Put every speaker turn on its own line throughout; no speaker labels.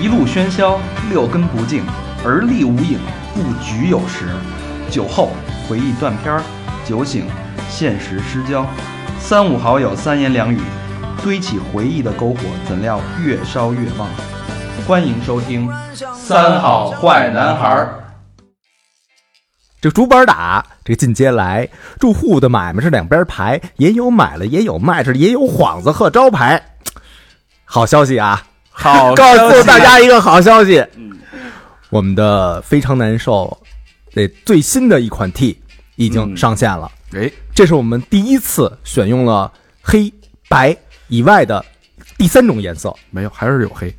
一路喧嚣，六根不净，而立无影，不局有时。酒后回忆断片儿，酒醒现实失焦。三五好友三言两语，堆起回忆的篝火，怎料越烧越旺。欢迎收听《三好坏男孩》。
这竹板打，这进街来，住户的买卖是两边排，也有买了，也有卖，是也有幌子和招牌。好消息啊！
好啊
告
啊
诉大家一个好消息，我们的非常难受，这最新的一款 T 已经上线了。
哎，
这是我们第一次选用了黑白以外的第三种颜色，
没有，还是有黑，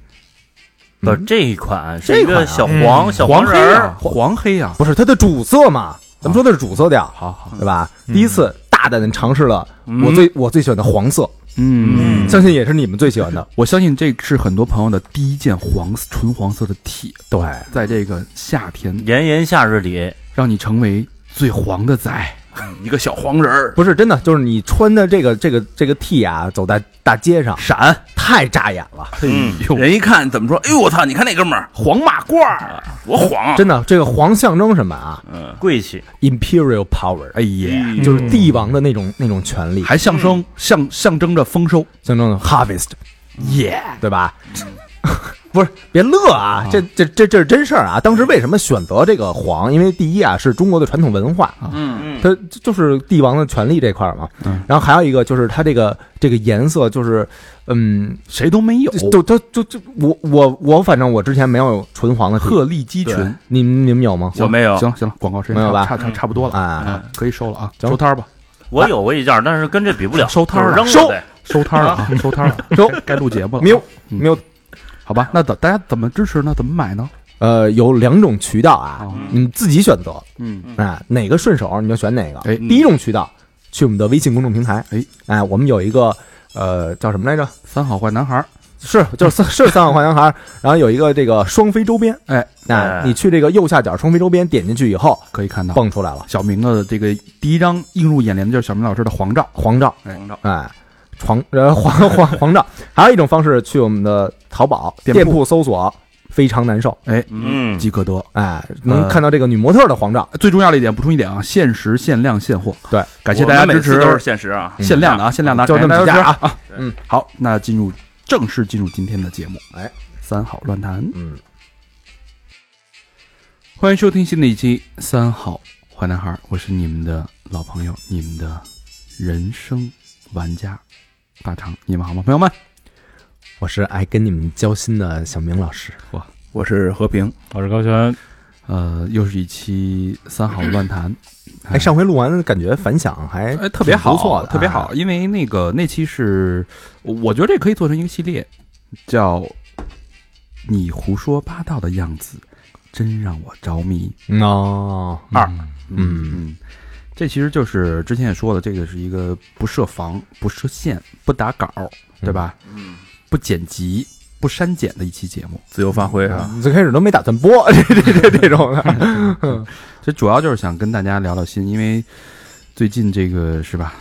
不，
嗯
这一款
这
是
一
一
款啊
个小黄小
黄黑
人
啊
儿，，
黄黑啊，
不是它的主色嘛？咱们说的是主色调，
好好，
对吧？第一次大胆的尝试了我最我最喜欢的黄色，
嗯，
相信也是你们最喜欢的。
我相信这是很多朋友的第一件黄纯黄色的 T，
对，
在这个夏天，
炎炎夏日里，
让你成为最黄的仔，一个小黄人儿，
不是真的，就是你穿的这个这个这个 T 啊，走在大街上
闪，
太扎眼了，
嗯，
人一看怎么说？哎呦我操！你看那哥们儿黄马褂儿，多黄啊！
真的，这个黄象征什么啊
贵气，
？Imperial power，
哎
嗯
呀，
就是帝王的那种那种权力，
还象征象象征着丰收，
象征的 harvest，
耶，
对吧？不是，别乐啊！这这这这是真事儿啊！当时为什么选择这个黄？因为第一啊，是中国的传统文化，啊
嗯
它就是帝王的权力这块儿嘛。
嗯
然后还有一个就是它这个这个颜色，就是嗯，
谁都没有，
就就就就我我我反正我之前没有纯黄的 T，
鹤立鸡群。
对你们你们有吗？
我没有
行了行了，广告时间
没有吧
差差差不多了
啊，
嗯可以收了啊，
行
收摊儿吧，
我有我一件儿，但是跟这比不了，
收摊儿了
就扔了
收
呗
收摊儿了 啊，收摊儿了，
收
该该录节目了啊，
没有
嗯
没有，
好吧，那怎大家怎么支持呢？怎么买呢？
呃，有两种渠道啊
哦，
你自己选择
嗯，
啊，哪个顺手你就选哪个。
哎
第一种渠道，去我们的微信公众平台，
哎
哎，我们有一个呃叫什么来着？
三好坏男孩儿，
是就是三是三好坏男孩儿，然后有一个这个双飞周边，
哎，
那
哎
你去这个右下角双飞周边点进去以后，
可以看到
蹦出来了
小明的这个第一张映入眼帘的就是小明老师的黄照，
黄照，
哎
黄照
哎。黄 呃黄黄黄照，还有一种方式去我们的淘宝
店
店
铺
铺搜索，非常难受，
哎，
嗯，
即可得。
哎，能
呃
看到这个女模特的黄照，
最重要的一点，补充一点啊，限时、限量、现货。
对，
感谢大家
我们每
支
次
持，
都是限时啊。
限量的啊，限量的 啊，
就那么几
感谢
家
大家支持。
啊，
好，那进入正式进入今天的节目，
哎，
三好乱谈，
嗯。
欢迎收听新的一期《三好坏男孩》，我是你们的老朋友，你们的人生玩家大长，你们好吗，朋友们？
我是爱跟你们交心的小明老师。
我是和平，
我是高璇，
呃，又是一期三好乱谈，
哎，上回录完感觉反响还
哎，特别好，
挺不错的，哎
特别好。。因为那个那期是，我我觉得这可以做成一个系列，叫“你胡说八道的样子真让我着迷
嗯哦，”
二。
嗯
嗯，这其实就是之前也说了，这个是一个不设防、不设限、不打稿，对吧？
嗯，
不剪辑、不删减的一期节目。
自由发挥啊。
嗯你最开始都没打算播 这这这这种的，
这主要就是想跟大家聊聊心，因为最近这个是吧，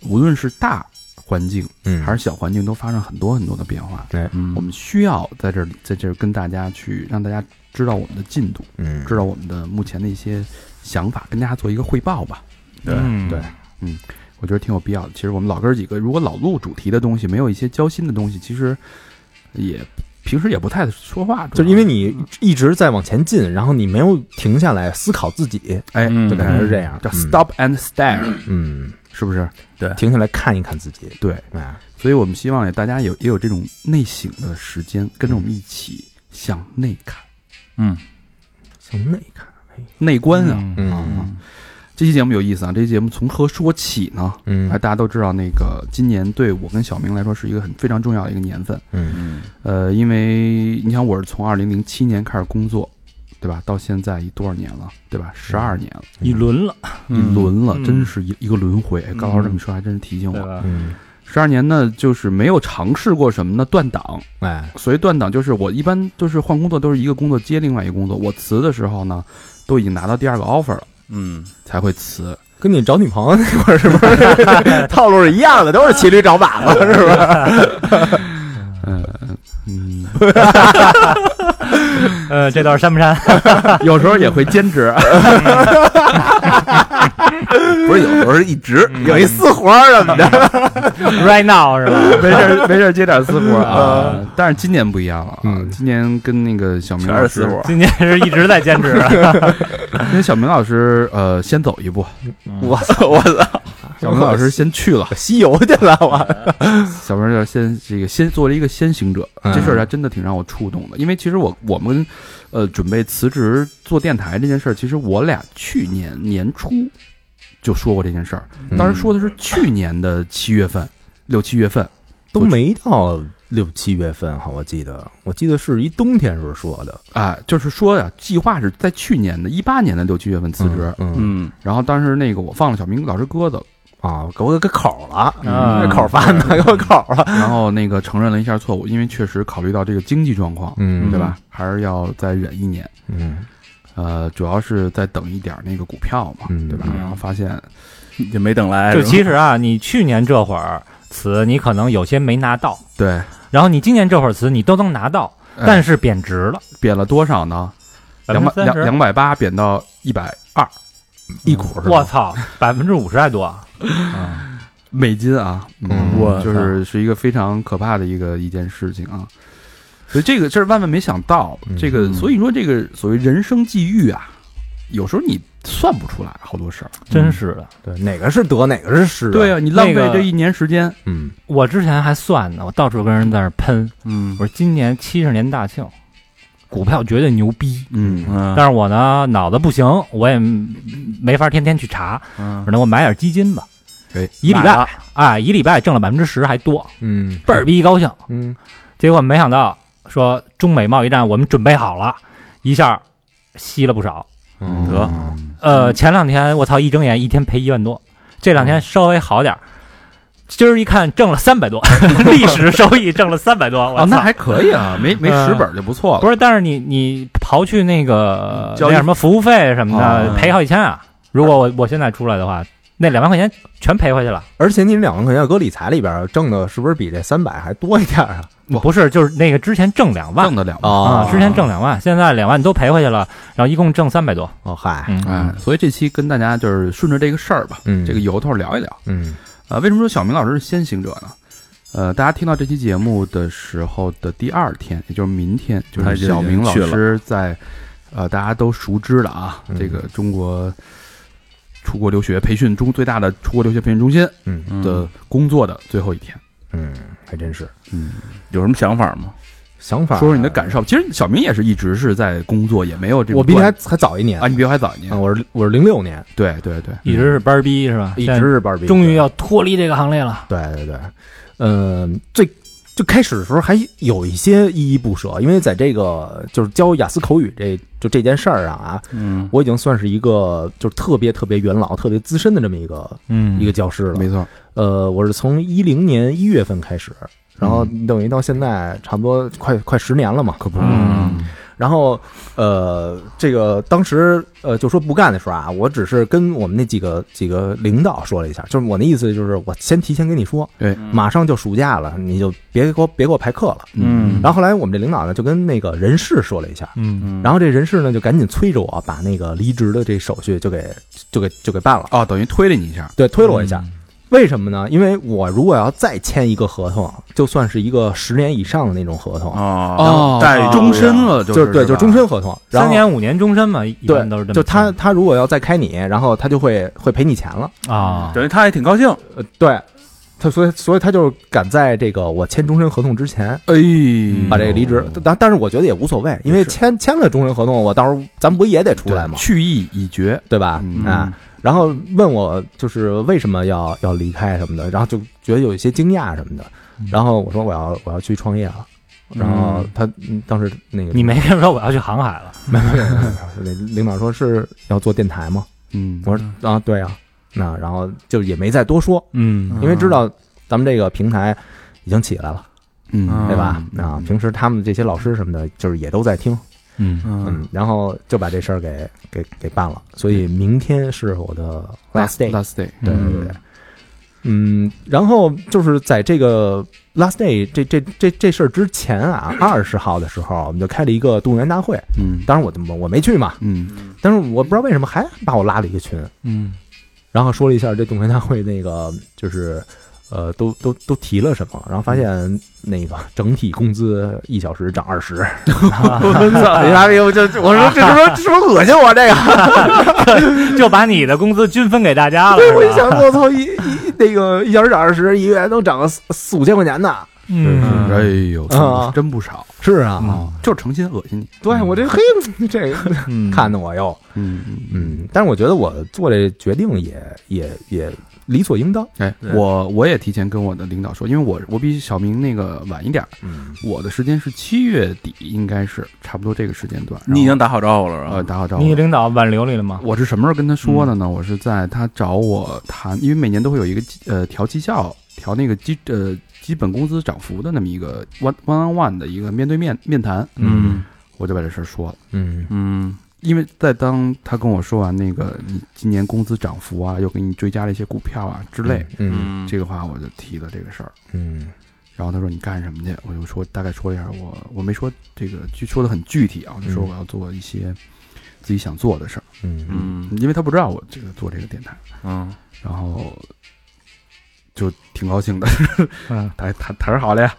无论是大环境
嗯
还是小环境，都发生很多很多的变化。
对，
我们需要在这里，在这儿跟大家去让大家知道我们的进度，
嗯
知道我们的目前的一些想法，跟大家做一个汇报吧。
对，
对，
我觉得挺有必要的。其实我们老哥儿几个，如果老录主题的东西，没有一些交心的东西，其实也平时也不太说话，
就是因为你一直在往前进，然后你没有停下来思考自己，
哎，
嗯
就
对，
感觉是这样。
叫
嗯
stop and stare，
嗯，
是不是？
停下来看一看自己，
对，
哎，
所以我们希望也大家有也有这种内省的时间，跟着我们一起向内看、
向内看，
内观啊。
嗯
这期节目有意思啊！这期节目从何说起呢？
嗯
哎，大家都知道，那个今年对我跟小明来说是一个很非常重要的一个年份。
嗯
嗯
呃，因为你想，我是从二零零七年开始工作，对吧？到现在已多少年了，对吧？十二年了，
一轮了，
一轮了，
嗯
真是一一个轮回。哎高老师这么一说，还真是提醒
对
我，
吧？
嗯，
十二年呢，就是没有尝试过什么呢？断档。
哎，
所谓断档，就是我一般就是换工作都是一个工作接另外一个工作。我辞的时候呢，都已经拿到第二个 offer 了
嗯，
才会辞。
跟你找女朋友那会儿是不是套路是一样的，都是骑驴找马嘛，是不是？
嗯，嗯，
呃，这段删不删？
有时候也会兼职，
不是有时候一直
有一私活儿怎么着？
right now 是吧？
没事儿没事儿接点私活啊。但是今年不一样了啊，
嗯
今年跟那个小明
全
老
是
师
私，活，
今年是一直在兼职，
因为小明老师呃先走一步，
我操！
我操，
小明老师先去了，
西游去了，我
小明儿先这个先作为一个先行者，
嗯
这事儿还真的挺让我触动的。因为其实我我们呃准备辞职做电台这件事儿，其实我俩去年年初就说过这件事儿，
嗯
当时说的是去年的七月份，六七月份。
都没到六七月份哈，我记得，我记得是一冬天时候说的
啊、就是说呀、计划是在去年的一八年的六七月份辞职，
嗯
嗯，
然后当时那个我放了小明老师鸽子，
啊，给我给口了，
啊
给嗯口饭呢，给我口了，
然后那个承认了一下错误，因为确实考虑到这个经济状况，
嗯
对吧？还是要再忍一年。
嗯
呃，主要是在等一点儿那个股票嘛，
嗯
对吧？
嗯
然后发现，
也没等来，
就是
吧
其实啊，你去年这会儿词你可能有些没拿到，
对，
然后你今年这会儿词你都能拿到，
哎
但是贬值了，
贬了多少呢？
百
两
分之
百
三
两
十。
两百八贬到一百二，
一股是吧
我操，百分之五十还多，
美金啊，
嗯
我操
就是是一个非常可怕的一个一件事情啊。所以这个事儿万万没想到，
嗯
这个所以说这个所谓人生际遇啊，有时候你算不出来好多事儿。
真是的。
对，哪个是得，哪个是失？
对啊，，你浪费
那个
这一年时间，
嗯，
我之前还算呢，我到处跟人在那儿喷，
嗯
我说今年七十年大庆，股票绝对牛逼。
嗯
嗯，
但是我呢脑子不行，我也没法天天去查，
嗯
反正我买点基金吧。
哎
一礼
买
拜啊，一礼拜挣了百分之十还多，
嗯
倍儿逼高兴。
嗯
结果没想到说中美贸易战我们准备好了，一下吸了不少。
嗯
得
呃，
嗯
前两天我操一睁眼一天赔一万多，这两天稍微好点儿。今儿一看挣了三百 多，历史收益挣了三百多，
啊，
我
那
操！
还可以啊，没没
嗯
十本儿就不错了。
不是，但是你你刨去那个
交
那
易
叫什么服务费什么
啊
的，赔好几千啊！如果我我现在出来的话，那两万块钱全赔回去了。
而且你两万块钱搁理财里边挣的，是不是比这三百还多一点儿啊？
不
不是，就是那个之前挣两万
挣得了
啊
吗？
哦，
之前挣两万，现在两万都赔回去了，然后一共挣三百多。
哦，嗨，
嗯，
哎，所以这期跟大家就是顺着这个事儿吧，
嗯
这个由头聊一聊。
嗯
啊，为什么说小明老师是先行者呢？呃，大家听到这期节目的时候的第二天，也就是明天，就
他
是
就
小明老
已经去
师在呃大家都熟知的啊，
嗯
这个中国出国留学培训中最大的出国留学培训中心
嗯
嗯
的工作的最后一天，
嗯，还真是
有什么想法吗？
想法。
说说你的感受。其实小明也是一直是在工作，也没有这种
我比你还
断
还早一年
啊，你比我还早一年
啊，。我是我是零六年，
对对对，
一直是班儿逼是吧？
一直
现在
是班儿比，
终于要脱离这个行列了。
对对对，呃，最最开始的时候还有一些依依不舍，因为在这个就是教雅思口语这就这件事儿上啊，
嗯，
我已经算是一个就是特别特别元老、特别资深的这么一个、
嗯
一个教师了。
没错，
呃，我是从一零年一月份开始，然后等于到现在差不多快快十年了嘛，可不
嗯
然后呃，这个当时呃就说不干的时候啊，我只是跟我们那几个几个领导说了一下，就是我那意思就是我先提前跟你说，
对，
马上就暑假了，你就别给我别给我排课了。
嗯
然后后来我们这领导呢就跟那个人事说了一下，
嗯
嗯
然后这人事呢就赶紧催着我把那个离职的这手续就给就给就给办了，
哦，等于推了你一下，
对，推了我一下。
嗯
为什么呢？因为我如果要再签一个合同，就算是一个十年以上的那种合同，
哦待遇
终身
了，
了，就
就是
是
哦对，
是
就
吧
终身合同，然
三
后
年五年终身嘛，一般都是这么
就他
算
他如果要再开你，然后他就会会赔你钱了。
啊，
等于他也挺高兴，
呃，对，他所以所以他就赶在这个我签终身合同之前
哎，
把这个离
嗯
职。但但是我觉得也无所谓，因为签签了终身合同，我到时候咱不也得出来
对
嘛，
去意已决，
对吧？
嗯
啊，然后问我就是为什么要要离开什么的，然后就觉得有一些惊讶什么的。
嗯
然后我说我要我要去创业了，然后他嗯当时那个
你没跟我说我要去航海了，
那领导说是要做电台吗？
嗯，
我说啊，对啊，那然后就也没再多说，
嗯
因为知道咱们这个平台已经起来了，
嗯，
对吧？啊，平时他们这些老师什么的，就是也都在听，
嗯，
嗯，然后就把这事儿给给给办了，所以明天是我的 last day，
last day，
对对对。嗯，然后就是在这个 last day 这这这这事儿之前啊，二十号的时候，我们就开了一个动员大会。
嗯
当然我我我没去嘛，
嗯
但是我不知道为什么还把我拉了一个群，
嗯
然后说了一下这动员大会那个就是，呃，都都都提了什么，然后发现那个整体工资一小时涨二 十，
我操！
哎呀，我就我说这是不是是不是恶心我这个？
就把你的工资均分给大家了。
对，我一
是吧
想，我操，一一那个一小时涨二十，一个月都涨了四四五千块钱呢。
嗯，
哎呦，
啊
真不少
是啊，
啊！就是诚心恶心你。
对我这嘿，这
嗯
看的我又
嗯
嗯，但是我觉得我做这决定也也也理所应当。
哎，我我也提前跟我的领导说，因为我我比小明那个晚一点儿，
嗯
我的时间是七月底，应该是差不多这个时间段。然后
你已经打好招呼了是吧？
呃打好招呼
你
了。
领导挽留你了吗？
啊
嗯
我是什么时候跟他说
嗯
的呢？我是在他找我谈，因为每年都会有一个绩呃调绩效、调那个基呃基本工资涨幅的那么一个 one one on one 的一个面对面面谈，
嗯
我就把这事儿说了。
嗯
嗯
因为在当他跟我说完那个你今年工资涨幅啊，又给你追加了一些股票啊之类，
嗯
嗯
这个话我就提了这个事儿。
嗯
然后他说你干什么去？我就说大概说了一下，我我没说这个，就说的很具体啊，我就说
嗯
我要做一些自己想做的事儿，
嗯
嗯
因为他不知道我这个做这个电台，
嗯
然后就挺高兴的，
嗯，
谈谈谈好了呀，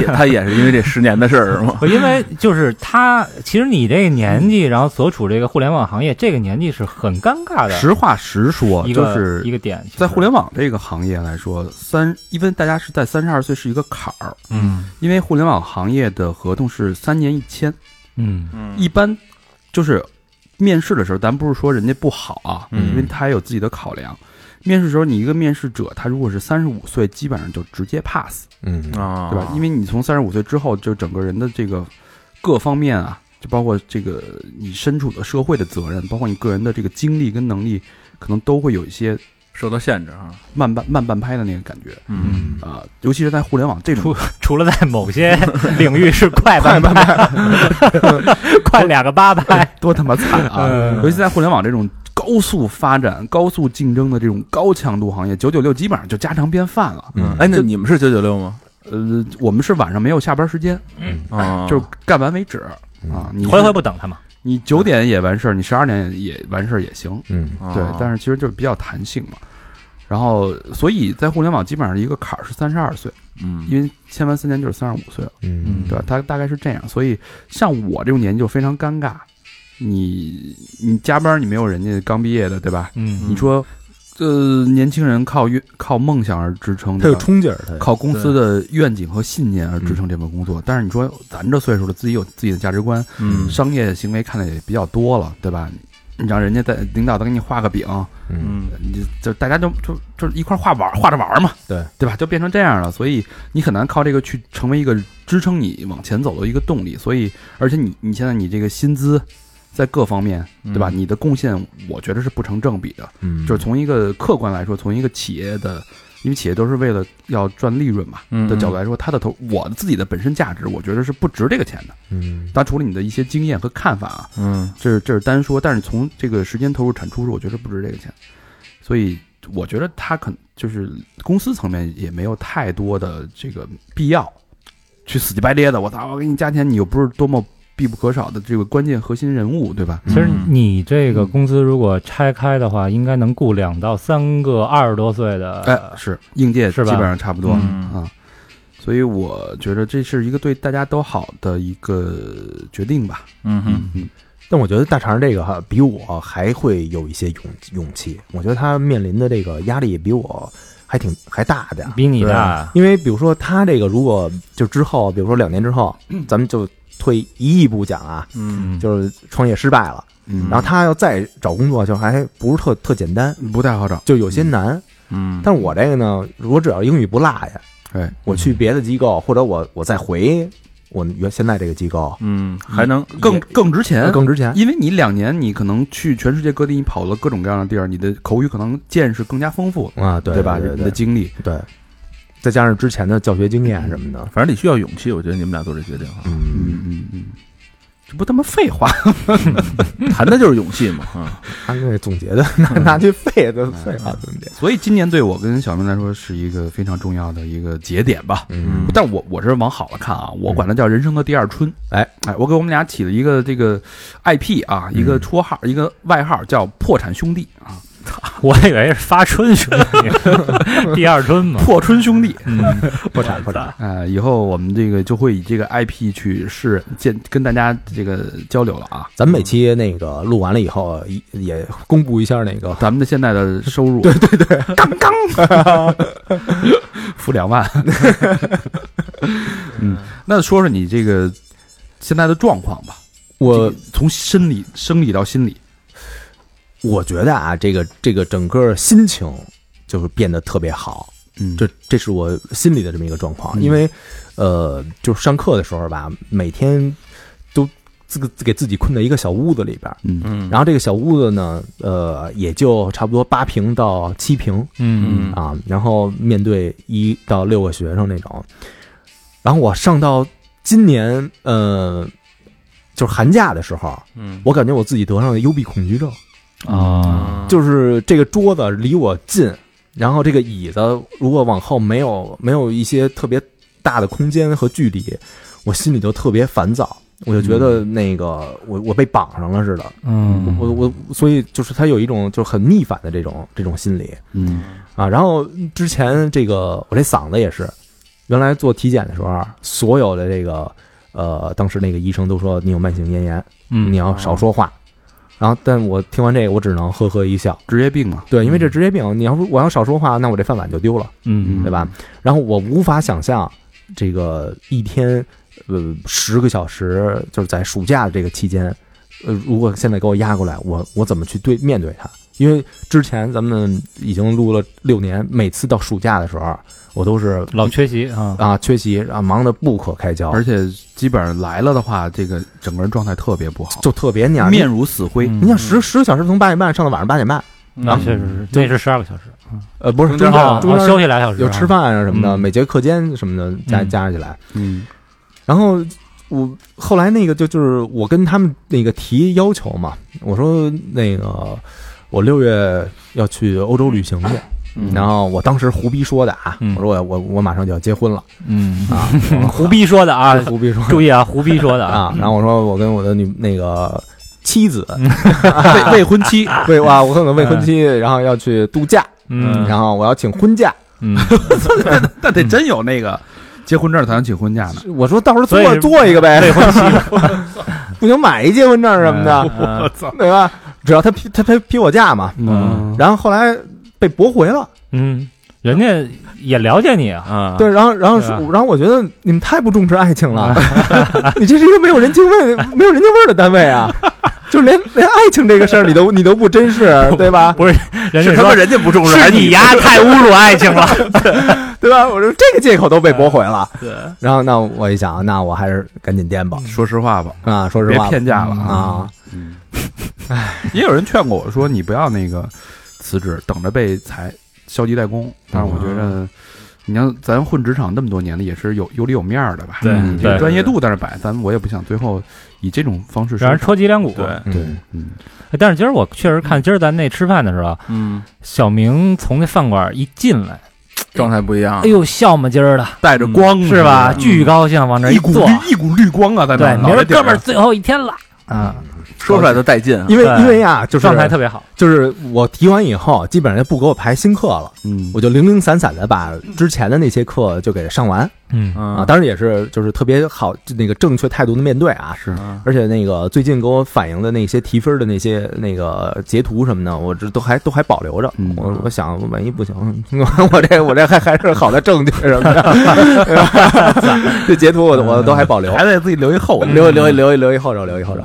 也他也是因为这十年的事儿是吗？
不呃因为就是他，其实你这个年纪，然后所处这个互联网行业，这个年纪是很尴尬的
实话实说，
一
就
个
是
一个点。其实
在互联网这个行业来说，三因为大家是在三十二岁是一个坎儿，
嗯
因为互联网行业的合同是三年一签，
嗯
嗯
一般就是面试的时候，咱不是说人家不好啊，
嗯
因为他也有自己的考量。面试的时候，你一个面试者，他如果是三十五岁，基本上就直接 pass，
嗯
啊，
对吧？因为你从三十五岁之后，就整个人的这个各方面啊，就包括这个你身处的社会的责任，包括你个人的这个经历跟能力，可能都会有一些
受到限制啊。
慢半慢半拍的那个感觉
嗯
啊、尤其是在互联网这种
除了在某些领域是快半 拍， 快两个八拍。
多他妈惨 啊！
嗯
尤其在互联网这种高速发展、高速竞争的这种高强度行业，九九六基本上就家常便饭了。
嗯
哎，那你们是九九六吗？
呃，我们是晚上没有下班时间，
啊，嗯
就是干完为止啊。你是
回回不等他嘛？
你九点也完事儿，你十二点也完事儿也行，
嗯
啊
对。但是其实就是比较弹性嘛。然后，所以在互联网基本上一个坎儿是三十二岁，
嗯
因为签完三年就是三十五岁了。
嗯
对吧？他大概是这样，所以像我这种年纪就非常尴尬。你你加班，你没有人家刚毕业的，对吧？
嗯
你说，呃，年轻人靠愿靠梦想而支撑，
他
对
有
吧
冲嗯劲儿，他有
靠公司的愿景和信念而支撑这份工作。但是你说咱这岁数了，自己有自己的价值观，
嗯
商业行为看的也比较多了，对吧？你让人家在领导再给你画个饼，
嗯
嗯
你就大家就就就一块儿画玩画着玩儿嘛，
对
对吧？就变成这样了，所以你很难靠这个去成为一个支撑你往前走的一个动力。所以，而且你你现在你这个薪资在各方面，对吧？你的贡献，我觉得是不成正比的。
嗯，
就是从一个客观来说，从一个企业的，因为企业都是为了要赚利润嘛
嗯
的角度来说，它的投我自己的本身价值，我觉得是不值这个钱的。
嗯
当然，除了你的一些经验和看法啊，
嗯
这是这是单说，但是从这个时间投入产出是，我觉得不值这个钱，所以我觉得他可能就是公司层面也没有太多的这个必要去死乞白咧的，我操，我给你加钱，你又不是多么必不可少的这个关键核心人物，对吧？
其实你这个
嗯
工资如果拆开的话，应该能雇两到三个二十多岁的。
哎，是应届基
是吧
本上差不多
嗯
啊，所以我觉得这是一个对大家都好的一个决定吧。
嗯哼
嗯
但我觉得大肠这个哈，比我还会有一些勇勇气。我觉得他面临的这个压力比我还挺还大点儿，
比你
对
大
因为比如说他这个，如果就之后，比如说两年之后，咱们就退一亿步讲啊，
嗯
就是创业失败了，
嗯
然后他要再找工作，就还不是特特简单，
不太好找，
就有些难。
嗯，
但是我这个呢，如果只要英语不落下，
哎，
我去别的机构，或者我我再回我原现在这个机构，
嗯还能
更呃更值钱，
更值钱。
因为你两年，你可能去全世界各地，你跑了各种各样的地儿，你的口语可能见识更加丰富，
啊，对
吧？
对
你的经历，
对，再加上之前的教学经验什么的，
啊反正得需要勇气，我觉得你们俩做这决定哈。
嗯，
嗯嗯这不他妈废话？
谈的就是勇气嘛。啊，
他那总结的拿拿去废的废话总结，
所以今年对我跟小明来说是一个非常重要的一个节点吧。
嗯，
但我我是往好了看啊，我管它叫人生的第二春。
哎
哎，我给我们俩起了一个这个 IP 啊，一
嗯
个绰号，一个外号叫“破产兄弟”啊，
我以为是发春兄弟，第二春嘛。
破春兄弟。
嗯 破产破产，
呃，以后我们这个就会以这个 IP 去试见跟大家这个交流了啊。
咱每期那个录完了以后，也也公布一下那个
咱们的现在的收 入，对对对，刚刚负两万。嗯，那说说你这个现在的状况吧。
我
这个从生理生理到心理，
我觉得啊，这个这个整个心情就是变得特别好，
嗯
这这是我心里的这么一个状况，
嗯
因为呃，就是上课的时候吧，每天都自个给自己困在一个小屋子里边儿，
嗯
嗯
然后这个小屋子呢，呃，也就差不多八平到七平
嗯，
嗯
啊，然后面对一到六个学生那种，然后我上到今年呃，就是寒假的时候，
嗯
我感觉我自己得上了幽闭恐惧症。
啊，
就是这个桌子离我近，然后这个椅子如果往后没有没有一些特别大的空间和距离，我心里就特别烦躁，我就觉得那个我我被绑上了似的，
嗯，
我我所以就是他有一种就很逆反的这种这种心理
嗯
啊。然后之前这个我这嗓子也是，原来做体检的时候，啊所有的这个呃当时那个医生都说你有慢性咽炎，
嗯
你要少说话。然后，但我听完这个，我只能呵呵一笑。
职业病啊嘛，
对，因为这职业病，你要不我要少说话，那我这饭碗就丢了，
嗯，
对吧？然后我无法想象这个一天，呃，十个小时，就是在暑假的这个期间，呃，如果现在给我压过来，我我怎么去对面对它？因为之前咱们已经录了六年，每次到暑假的时候，我都是
老缺席啊，
啊缺席啊，忙得不可开交，
嗯而且基本上来了的话，这个整个人状态特别不好，
就嗯特别娘。
面如死灰。
你想十十个小时从八点半上到晚上八点半，
嗯
嗯
那确实是，那是十二个小时，
呃，不是中间
哦，
中
哦
间
休息俩小时，
有吃，饭啊什么的，
嗯
每节课间什么的加
嗯
加起来。
嗯
然后我后来那个就就是我跟他们那个提要求嘛，我说那个我六月要去欧洲旅行去，
嗯
然后我当时胡逼说的啊，
嗯
我说我我我马上就要结婚了
嗯，
啊，
胡逼说的 啊
我，胡逼说的
注意啊，胡逼说的啊，嗯
啊，然后我说我跟我的女那个妻子
未未婚妻，
未哇，我跟我的未婚妻，然后要去度假，
嗯
然后我要请婚假，
嗯，
那
嗯
得真有那个结婚证才能请婚假呢。
我说到时候
所以
做
是
做一个呗，
未婚妻， 哎
不行买一结婚证什么的，
我操，
对吧？只要他批他批批我假嘛，
嗯
然后后来被驳回了。
嗯，人家也了解你啊，
啊，
对，然后然后
对吧
说然后我觉得你们太不重视爱情了， 你这是一个没有人情味、没有人情味儿的单位啊，就是连连爱情这个事儿你都你都不珍视，对吧？
人家
是他妈
说
人家不重视，
是你呀，太侮辱爱情了，
对吧？我说这个借口都被驳回了。对，然后那我一想，那我还是赶紧颠吧
说实话吧，
啊！嗯说实
别
话
骗假了。
啊，
嗯，也有人劝过我说，你不要那个辞职，等着被裁，消极怠工。但是我觉得，你像咱混职场那么多年的，也是有有里有面儿的吧？
对
嗯这个
对
专业度在那摆，咱我也不想最后以这种方式
让
说
人。戳脊梁骨。啊
对，
对
嗯，，
嗯，
但是今儿我确实看，今儿咱那吃饭的时候，
嗯，
小明从那饭馆一进来，
状态不一样啊
哎，呦，笑嘛今儿的，
带着光
是吧？
嗯
巨高兴，往那儿
一股
坐。
绿一股绿光啊，在
对
那，
明儿哥们儿最后一天了，啊，
说出来都带劲啊。
因为
对
因为呀，就是
状态特别好。
就是我提完以后，基本上就不给我排新课了，
嗯，
我就零零散散的把之前的那些课就给上完
嗯
啊。
啊，
当然也是就是特别好，就那个正确态度的面对啊。
是
而且那个最近给我反映的那些提分的那些那个截图什么的，我这都还都还保留着
嗯。
我我想万一不行，我这我这还还是好的证据什么的，对 吧这截图我我都还保留。嗯
还得自己留一后嗯路。
留留留留一后手，留一后手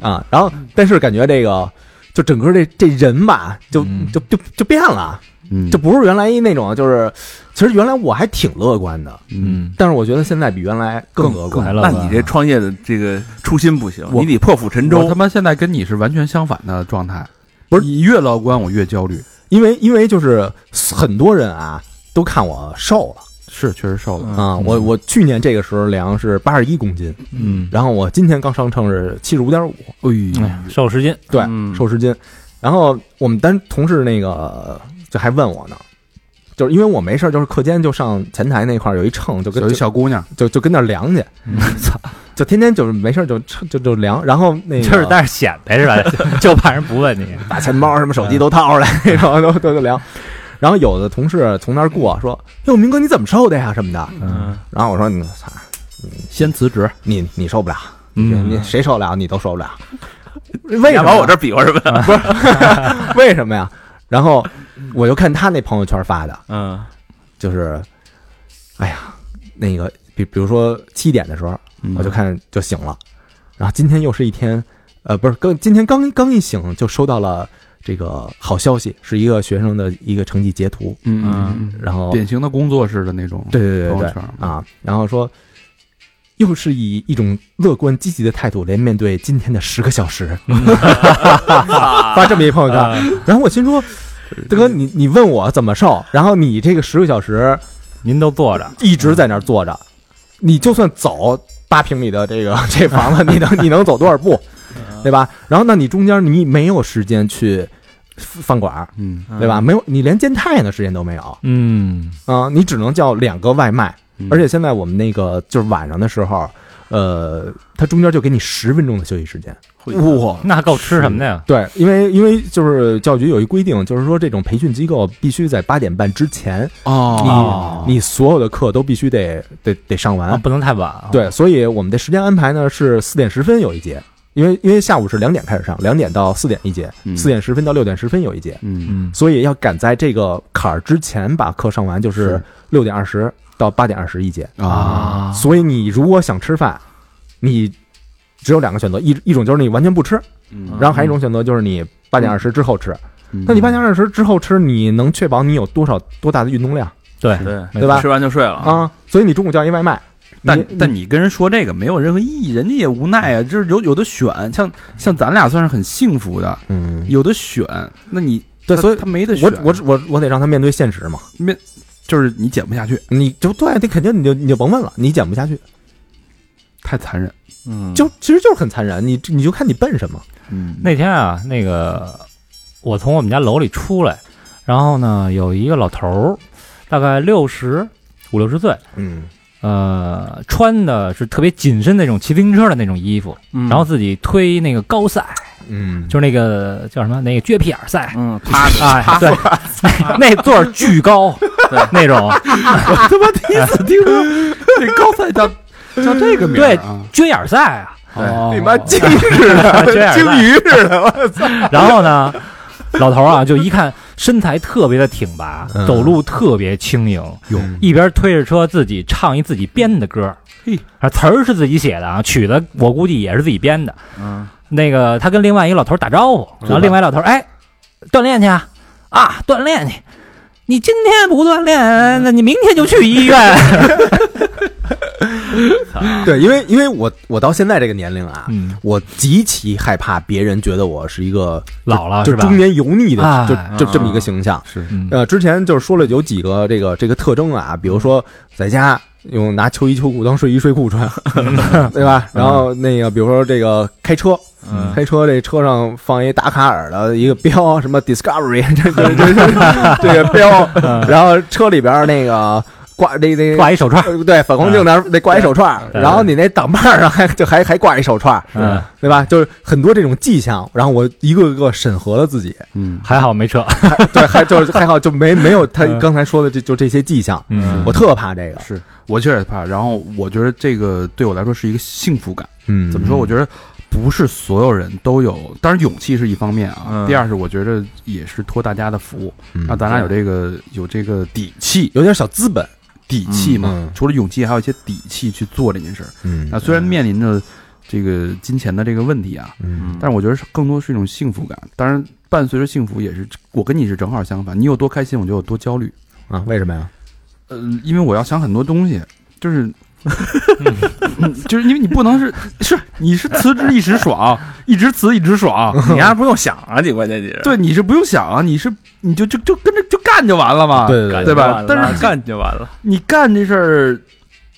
啊。然后，但是感觉这个就整个这这人吧，就就就就变了，
嗯，
就不是原来一那种就是，其实原来我还挺乐观的，
嗯，
但是我觉得现在比原来更乐观
来
了。
了
那
吧，
你这创业的这个初心不行，
我
你得破釜沉
我
舟
他。妈现在跟你是完全相反的状态，
不是
你越乐观我越焦虑。
因为因为就是很多人啊都看我瘦了，
是确实瘦
嗯
了，
啊，我我去年这个时候量是八十一公斤，
嗯，
然后我今天刚上秤是七十五点五，
哎
哎瘦十斤，
对，
嗯
瘦十斤。然后我们单同事那个就还问我呢，就是因为我没事儿，就是课间就上前台那块儿有一秤，就
呦，
跟
有一
就
小嗯姑娘，
就就跟那儿量去，操、 就天天就是没事儿就称就就量，然后那个
就是但是显摆是吧？就怕人不问你，
把钱包什么手机都掏出来， 然后都都都量。然后有的同事从那儿过说：“哟，明哥你怎么瘦的呀？什么的。
嗯，”
然后我说：“你操，
先辞职，
你你受不了，
嗯
你谁受得了你都受不了。为什
你还
么
往
呀
我这比划什么？
为什么呀？然后我就看他那朋友圈发的，
嗯
就是，哎呀，那个比比如说七点的时候，
嗯
我就看就醒了，然后今天又是一天，呃，不是刚今天刚刚一醒就收到了这个好消息，是一个学生的一个成绩截图，
嗯嗯嗯
然后
典型的工作室的那种
对对对
朋友
对
圈
啊，然后说。又是以一种乐观积极的态度来面对今天的十个小时，发这么一朋友圈，然后我心说，大哥，你你问我怎么瘦，然后你这个十个小时
您都坐着，
一直在那儿坐着，你就算走八平米的这个 这房子，你能你能走多少步，对吧？然后那你中间你没有时间去饭馆儿，
嗯
对吧？没有，你连煎太阳的时间都没有啊、
嗯，
你只能叫两个外卖
嗯，
而且现在我们那个就是晚上的时候，呃，它中间就给你十分钟的休息时间。
哇，
那够吃什么的呀？
对，因为因为就是教育局有一规定，就是说这种培训机构必须在八点半之前，
哦，
你所有的课都必须得得得上完。
啊，不能太晚啊。
对，所以我们的时间安排呢是四点十分有一节，因为因为下午是两点开始上，两点到四点一节，
嗯
四点十分到六点十分有一节，
嗯
嗯，
所以要赶在这个坎儿之前把课上完，就是
是
六点二十到八点二十一节。
啊，
所以你如果想吃饭，你只有两个选择，一一种就是你完全不吃，
啊嗯
然后还有一种选择就是你八点二十之后吃。那
那
你八点二十之后吃，你能确保你有多少多大的运动量
对，
对，
对吧
吃完就睡了啊。
啊？所以你中午叫一外卖，
但
你
但你跟人说这个没有任何意义，人家也无奈啊，就是有有的选，像像咱俩算是很幸福的，
嗯，
有的选，那你
对，
他
所以
他没得选
我，我我我得让他面对现实嘛。
就是你减不下去，
你就对，你肯定你就你就甭问了，你减不下去，
太残忍，
嗯，
就其实就是很残忍。你你就看你笨什么，
嗯
那天啊，那个我从我们家楼里出来，然后呢，有一个老头儿，大概六十五六十岁，
嗯
呃，穿的是特别紧身那种骑自行车的那种衣服，然后自己推那个高赛，
嗯
就是那个叫什么那个撅屁眼儿赛。
嗯，趴着
哎，对， 那座儿巨高，那种
他妈第一次听说
啊
这高赛叫叫这个名儿啊，
撅眼儿赛 啊，
哦
你妈精似的，
撅眼儿
鲸
赛。
鱼似的，我操！
然后呢，老头儿啊，就一看身材特别的挺拔
嗯，
走路特别轻盈，
哟
一边推着车自己唱一自己编的歌，
嘿
啊，词儿是自己写的啊，曲子我估计也是自己编的。
嗯，
那个他跟另外一个老头打招呼，然后另外一老头哎，锻炼去啊，啊，锻炼去。你今天不锻炼，那你明天就去医院。
对，因为因为我我到现在这个年龄啊，
嗯，
我极其害怕别人觉得我是一个
老了
就是
啊吧
中？年油腻的，
哎
就就这么一个形象。
是
嗯
呃，之前就是说了有几个这个这个特征啊，比如说在家用拿秋衣秋裤当睡衣睡裤穿，
嗯
对吧？ 然后那个比如说这个开车，
嗯
开车这车上放一达喀尔的一个标，什么 Discovery 这这 这这这个标，
嗯
然后车里边那个挂那那
挂一手串，
呃 对，反光镜那儿得挂一手串儿，
对
然后你那挡把儿上还就还还挂一手串儿，
嗯，
对吧？就是很多这种迹象，然后我一个个审核了自己，
嗯
还好没车。
对，还就是还好就没没有他刚才说的这就这些迹象，
嗯
我特怕这个，
是我确实也怕，然后我觉得这个对我来说是一个幸福感。
嗯，
怎么说？我觉得不是所有人都有，当然勇气是一方面啊。
嗯
第二是我觉得也是托大家的福，
嗯
让咱俩有这个有这个底气，
有点小资本，
底气嘛。
嗯嗯
除了勇气，还有一些底气去做这件事儿。
嗯
那虽然面临着这个金钱的这个问题啊，
嗯
但是我觉得是更多是一种幸福感。当然，伴随着幸福也是我跟你是正好相反，你有多开心，我就有多焦虑。
啊，为什么呀？
呃，因为我要想很多东西，就是
嗯
就是因为你不能是是你是辞职一时爽，一直辞一直爽，
你还不用想啊，你关键你是
对，你是不用想啊，你是你就就就跟着就干就完了嘛，
对对
对
干就
吧
完？了
但
啊
是
干就完了。
你干这事儿，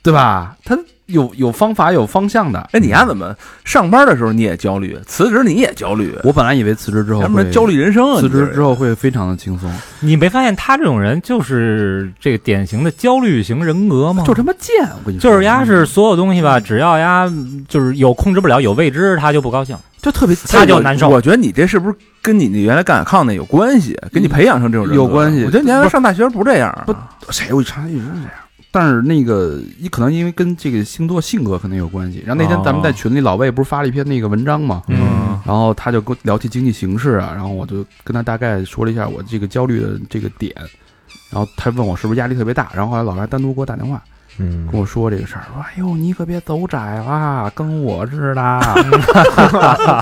对吧？他有有方法有方向的。
哎，你丫怎么上班的时候你也焦虑，辞职你也焦虑，
我本来以为辞职之后
要不
会
然焦虑人生啊！
辞
你这
职
是
之后会非常的轻松，
你没发现他这种人就是这个典型的焦虑型人格吗？
嗯就他妈贱！我跟你说，
就是丫是所有东西吧，只要丫就是有控制不了、有未知，他就不高兴。
就特别
他就难受
我觉得你这是不是跟你那原来干抗那有关系？跟你培养成这种人
嗯
格
有关系
我觉得你原来上大学不这样啊，
不谁我查一直是这样。但是那个，也可能因为跟这个星座性格可能有关系。然后那天咱们在群里，老魏不是发了一篇那个文章嘛，
嗯，
然后他就跟我聊起经济形势啊，然后我就跟他大概说了一下我这个焦虑的这个点，然后他问我是不是压力特别大，然后后来老白单独给我打电话
嗯
跟我说这个事儿，说哎呦你可别走窄啦，跟我似 的，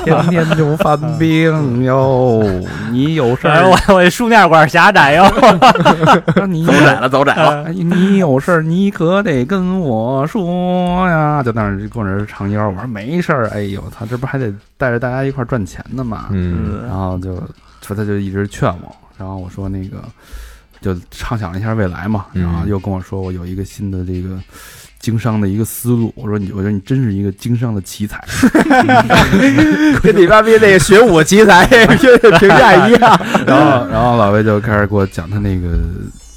天天就犯病 哟，你有事
哎，
儿
我我这书面管狭窄哟。
你
走窄了，走窄了。
哎你有事儿你可得跟我说呀！就当时跟我这儿长腰，我说没事儿。哎呦，他这不还得带着大家一块儿赚钱呢嘛？
嗯
然后就说他就一直劝我，然后我说那个就畅想了一下未来嘛，
嗯
然后又跟我说我有一个新的这个经商的一个思路。我说你，我说你真是一个经商的奇才。
跟你爸逼那个学武奇才评价一样。
然后然后老魏就开始给我讲他那个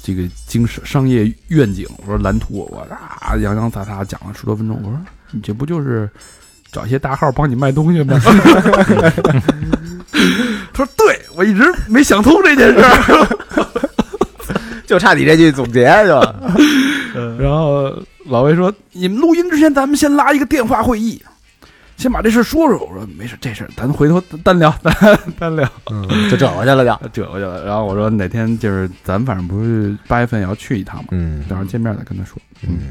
这个经商商业愿景，我说蓝图，我啊洋洋洒洒讲了十多分钟，我说你这不就是找一些大号帮你卖东西吗？ 他说对，我一直没想通这件事儿。
就差你这句总结就，
然后老魏说：“你们录音之前，咱们先拉一个电话会议，先把这事儿说说。”我说：“没事，这事儿咱回头单聊，单单聊。”
嗯， 就整过去了就。
折过去了。然后我说哪天就是咱们反正不是八月份也要去一趟嘛，
嗯
到时候见面再跟他说。嗯，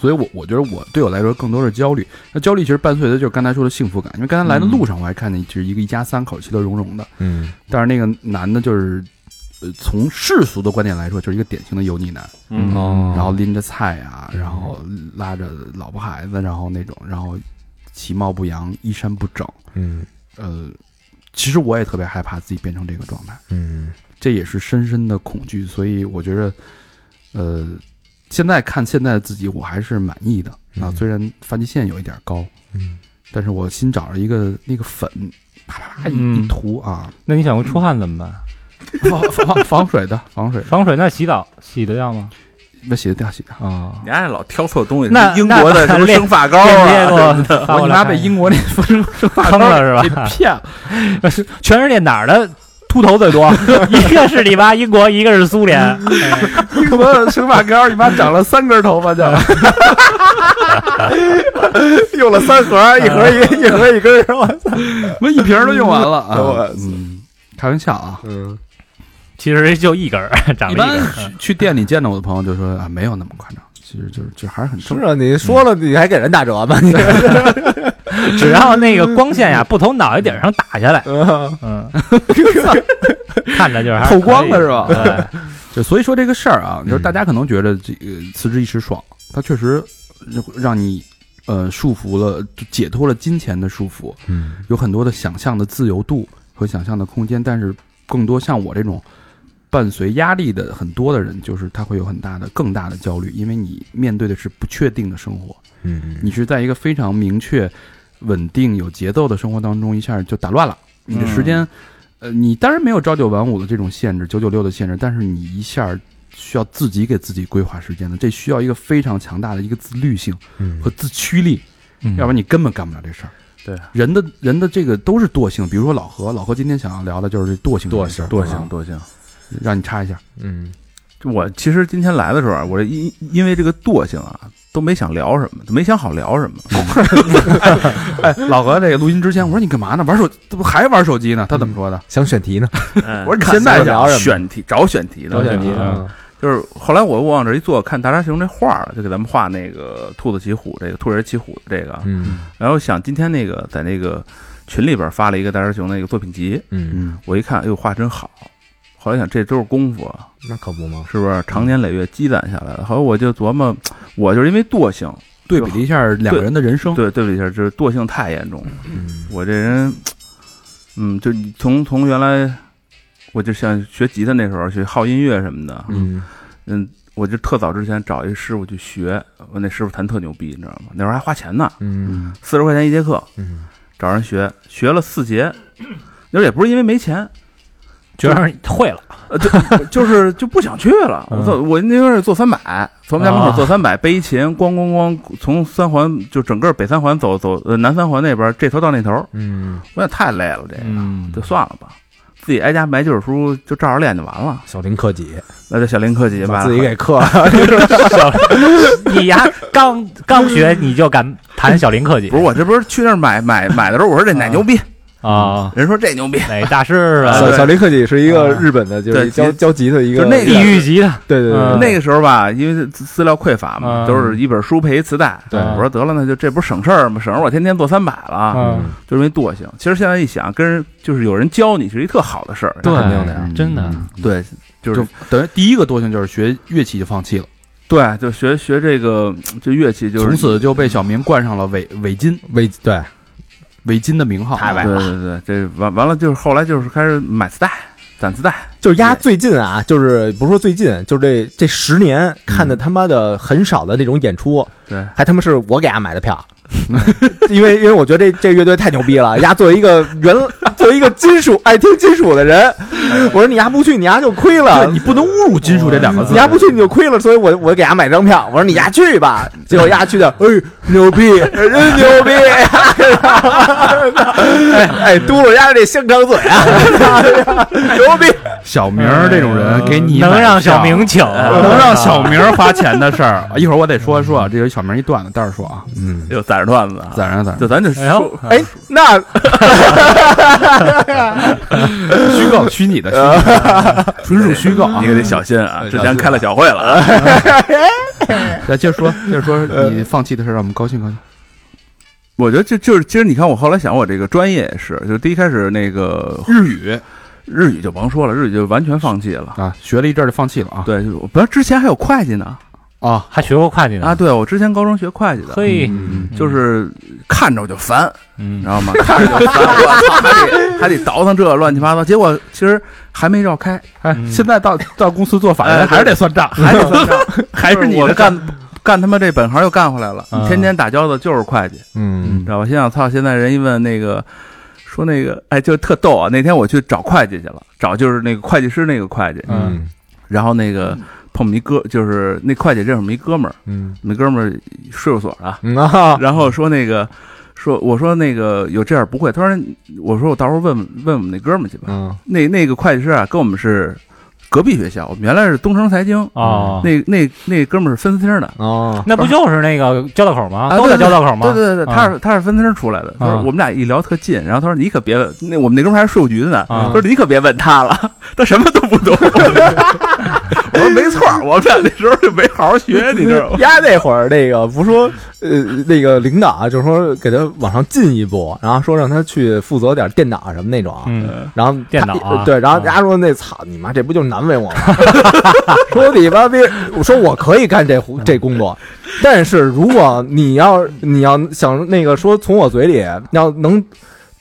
所以我我觉得我对我来说更多是焦虑。那焦虑其实伴随的就是刚才说的幸福感，因为刚才来的路上我还看见就是一个一家三口其乐融融的，
嗯
但是那个男的就是。呃，从世俗的观点来说，就是一个典型的油腻男，
嗯
哦
然后拎着菜啊，然后拉着老婆孩子，然后那种，然后其貌不扬，衣衫不整。
嗯
呃，其实我也特别害怕自己变成这个状态。
嗯
这也是深深的恐惧，所以我觉得，呃，现在看现在的自己，我还是满意的啊。
嗯
虽然发际线有一点高，
嗯，
但是我新找了一个那个粉，啪啪啪一
嗯
一涂 啊，
那你想过出汗怎么办？
防防防水的，防水的，
防水那洗澡洗得掉吗？
那洗得掉 洗得掉。
啊，
你还老挑错东西，
那
英国的
那
什么生发膏啊？
链哦接给我发
我
过
你
来
妈
看看。
被英国那风生 发
坑了
膏
是
给
吧？
骗了，
全世界哪儿的秃头最 多？一个是你妈英国，一个是苏联。
英国的生发膏，你妈长了三根头发 去了。
用了三 盒，哎一盒一一盒一根，我操！
我一瓶儿都用完了
我
啊！嗯，开玩笑啊！
嗯
其实就一根儿 长
一
了一
般
根儿。
去去店里见到我的朋友就说啊，没有那么夸张，其实就是就还是很
是
正
啊，你说了你还给人打折吗？你
只要那个光线呀、不从脑袋顶上打下来，嗯，看着就是还
透光了是吧
吧？
就所以说这个事儿啊，你说
嗯
大家可能觉得这个辞职一时爽，它确实让让你呃束缚了，就解脱了金钱的束缚，
嗯
有很多的想象的自由度和想象的空间，但是更多像我这种。伴随压力的很多的人，就是他会有很大的、更大的焦虑，因为你面对的是不确定的生活，
嗯
你是在一个非常明确、稳定、有节奏的生活当中，一下就打乱了你的时间。呃，你当然没有朝九晚五的这种限制，九九六的限制，但是你一下需要自己给自己规划时间的，这需要一个非常强大的一个自律性
嗯
和自驱力，
嗯
要不然你根本干不了这事儿。
对，
人的人的这个都是惰性，比如说老何，老何今天想要聊的就是这惰性这件事儿，
多
啊
行，多行。
让你插一下，
嗯
我其实今天来的时候啊，我这因因为这个惰性啊，都没想聊什么，都没想好 聊什么。
哎，老何这个录音之前，我说你干嘛呢？玩手，这不还玩手机呢？他怎么说的？
想选题呢？
我
嗯
说你
看
现在
想聊什么
想选题，找选题呢，
找选题
嗯
啊
呢？
就是后来我我往这一坐，看达扎熊这画儿了，就给咱们画那个兔子骑虎，这个兔人骑虎的这个啊。
嗯
然后想今天那个在那个群里边发了一个达扎熊那个作品集，
嗯，
嗯，
我一看，哎呦画真好。后来想这都是功夫啊，
那可不吗？
是不是常年累月积攒下来的？后来我就琢磨，我就是因为惰性，
对比了一下两个人的人生，
对对比一下，就是惰性太严重了。
嗯
我这人，嗯，就你从从原来，我就像学吉他那时候，学好音乐什么的，
嗯
嗯，我就特早之前找一师傅去学，我那师傅弹特牛逼，你知道吗？那时候还花钱呢，
嗯
嗯，
四十块钱一节课，
嗯，
找人学，学了四节，那时候也不是因为没钱，
觉得会了，
就是就不想去了。
嗯啊
我坐我那时候坐三百，从我们家门口坐三百，背一琴，咣咣咣，从三环就整个北三环走走，呃南三环那边这头到那头，
嗯，
我也太累了，这个
嗯
就算了吧，自己挨家买几本书就照着练就完了。
小林克己，
那就小林克己吧，
把自己给克了。
你呀刚刚学你就敢谈小林克己
不是我这不是去那儿 买买买的时候，我说这奶牛逼，
啊？
人说这牛逼，
哪大师啊？
小小林克己是一个
啊
日本的，就是
对
教
其
教吉他一个，
就那个
地狱级的，
对对对
嗯
那个时候吧，因为资资料匮乏嘛，
嗯
都是一本书配一磁带。
啊对啊
我说得了，那就这不是省事儿吗？省着我天天做三百了，
嗯，
就因为惰性。其实现在一想，跟人就是有人教你是一特好的事儿，
对
肯定的呀。
嗯
真的，
对，就是
就等于第一个惰性就是学乐器就放弃了，
对，就学学这个这乐器，就是
从此就被小明冠上了伪伪金
伪对，
伪金的名号。
对
对
对对，这完完了就是后来就是开始买 磁带、攒磁带，
就是丫最近啊，就是不是说最近，就是这这十年看的他妈的很少的那种演出，
对，
还他妈是我给丫买的票， 因为因为我觉得这这乐队太牛逼了，丫作为一个原 作为一个金属爱听金属的人，我说你丫不去，你丫就亏了，
对你不能侮辱金属这两个字
你。丫不去你就亏了，所以我我给丫买张票，我说你丫去吧，结果丫去的，哎，牛逼，真牛逼， 哎哎，嘟噜丫这香肠嘴啊， 牛逼，
小明儿这种人给你
能
买
让小
票
明请，
能让小明儿花钱的事儿，一会儿我得说说啊，这有小明一段子，待会儿说啊，
嗯，
有攒着段子啊，
攒着攒着，
就咱就
哎呦
说，
哎，那
虚构虚拟的，虚拟的纯属虚构啊
你。可得小心啊！
对
之前开了小会了啊，
来接着说，接着说你放弃的事儿，让我们高兴高兴。
我觉得这就是，其实你看，我后来想，我这个专业也是，就是第一开始那个
日语
日语就甭说了，日语就完全放弃了。
啊，学了一阵儿就放弃了啊
对，就是我不是之前还有会计呢
啊，
还学过会计呢
啊！，对，我之前高中学会计的，
哎嘿，
嗯
就是看着我就烦， 你
嗯
知，道吗？看着就烦，我操，还得还得倒腾这乱七八糟。结果其实还没绕开，
哎，
嗯
现在到到公司做法
哎
人还是得算账，
还得算账，
还是你
我
的嗯
干干他妈这本行又干回来了。
啊
你天天打交道就是会计，
嗯
你知道吧？心想操，现在人一问那个，说那个，哎，就特逗啊！那天我去找会计去了，找就是那个会计师那个会计，
嗯
然后那
嗯
个碰我们一哥，就是那会计认识我们一哥们儿，
嗯
我们哥们儿税务所的，
嗯啊，
然后说那个。说，我说那个有这点不会，他说，我说我到时候问问我们那哥们儿去吧。
嗯
那那个会计师啊，跟我们是隔壁学校，我们原来是东城财经，
哦，
那那那哥们儿是分厅的，
哦，
那不就是那个交道口吗？
啊
都在
对
交
对
道口吗？
对对对，
啊
他是他是分厅出来的。他说
啊
我们俩一聊特近，然后他说你可别，那我们那哥们儿还是税务局的呢。
啊
他说你可别问他了，他什么都不懂。 我说没错儿，我们俩那时候就没好好学，你知道吗？
丫那会儿那个不是说呃那个领导啊，就是说给他往上进一步，然后说让他去负责点电脑什么那种，啊
嗯，
然后
电
他
脑啊
对，然后
嗯
丫说那操你妈，这不就是难为 我吗？说你妈逼，我说我可以干这活这工作，但是如果你要你要想那个说从我嘴里要能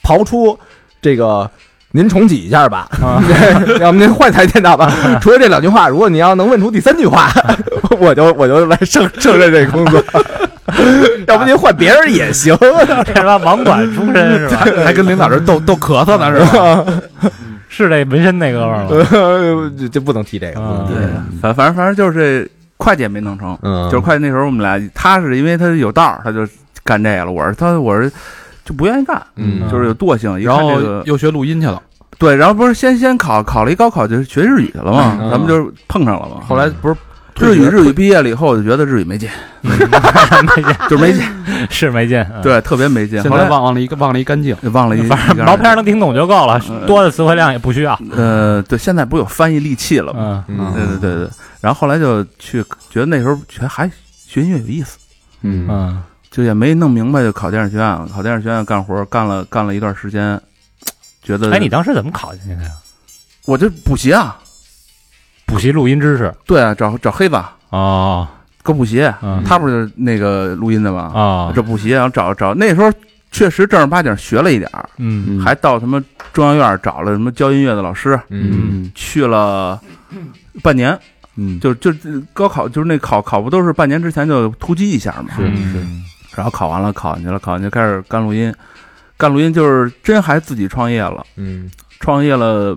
刨出这个。您重启一下吧，
啊
要不您换台电脑吧。除了这两句话，如果你要能问出第三句话， 我就我就来胜胜任这工 作。要不您换别人也行。
这他妈网管出身 是吧？
还还跟领导这儿斗斗咳嗽呢，是吧？
是这纹身那哥们儿吗？
啊
呃，这这不能提这个，不能
啊
提这
对
个。，
反反正反正就是会计也没弄成，
嗯，
就是会计那时候我们俩，他是因为他有道儿，他就干这个了。我是他我是就不愿意干，
嗯
就是有惰性。一
然
看这
后
个
又学录音去了，
对，然后不是先先考考了一高考，就是学日语去了嘛，
嗯
咱们就碰上了嘛。
后来不是
日语
语
日语毕业了以后，我就觉得日语没劲，
没见，
就是没劲，
是没见。 嗯，
对，特别没劲。
现
后来
在忘忘了一个忘了一干净，
忘了一
反正毛片儿能听懂就够了，多的词汇量也不需要。
呃，对，现在不有翻译利器了吗？
嗯，
嗯
对对对对。然后后来就去觉得那时候学还学音乐有意思，
嗯，
嗯，
就也没弄明白，就考电影学院了。考电影学院干活干了干了一段时间，觉得
哎，你当时怎么考进去的呀？
我这补习啊，
补习录音知识
对啊，找找黑子
哦，
搁补习，
嗯
他不是那个录音的吗？
啊，
这补习，然后找找那时候确实正儿八经学了一点儿，
嗯
还到什么中央院找了什么教音乐的老师，
嗯
去了半年，
嗯，
就就高考就是那考考不都是半年之前就突击一下嘛，
嗯
是是
然后考完了考进去了，考进去开始干录音，干录音就是真还自己创业了，
嗯
创业了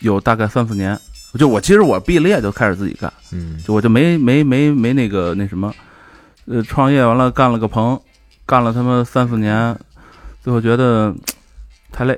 有大概三四年，就我其实我毕了业就开始自己干，
嗯
就我就没没没没那个那什么，呃，创业完了干了个棚，干了他妈三四年，最后觉得太累，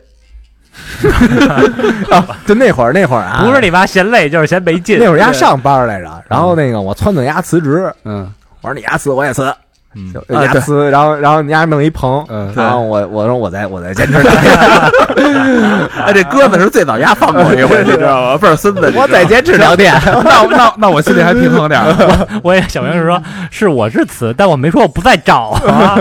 啊，就那会儿那会儿啊，
不是你妈嫌累，就是嫌没劲
那。会儿丫上班来着，然后那个我撺掇丫辞职，
嗯
我说你丫辞我也辞，
嗯
就
啊
丫辞，然后然后你丫弄一棚，
嗯
然后我我说我再我再坚持，
哎，这鸽子是最早压放过一回，你知道吗？倍儿孙子，
我再坚持两天，
那那那我心里还平衡点儿。
我也小明是说，是我是辞，但我没说我不再找啊。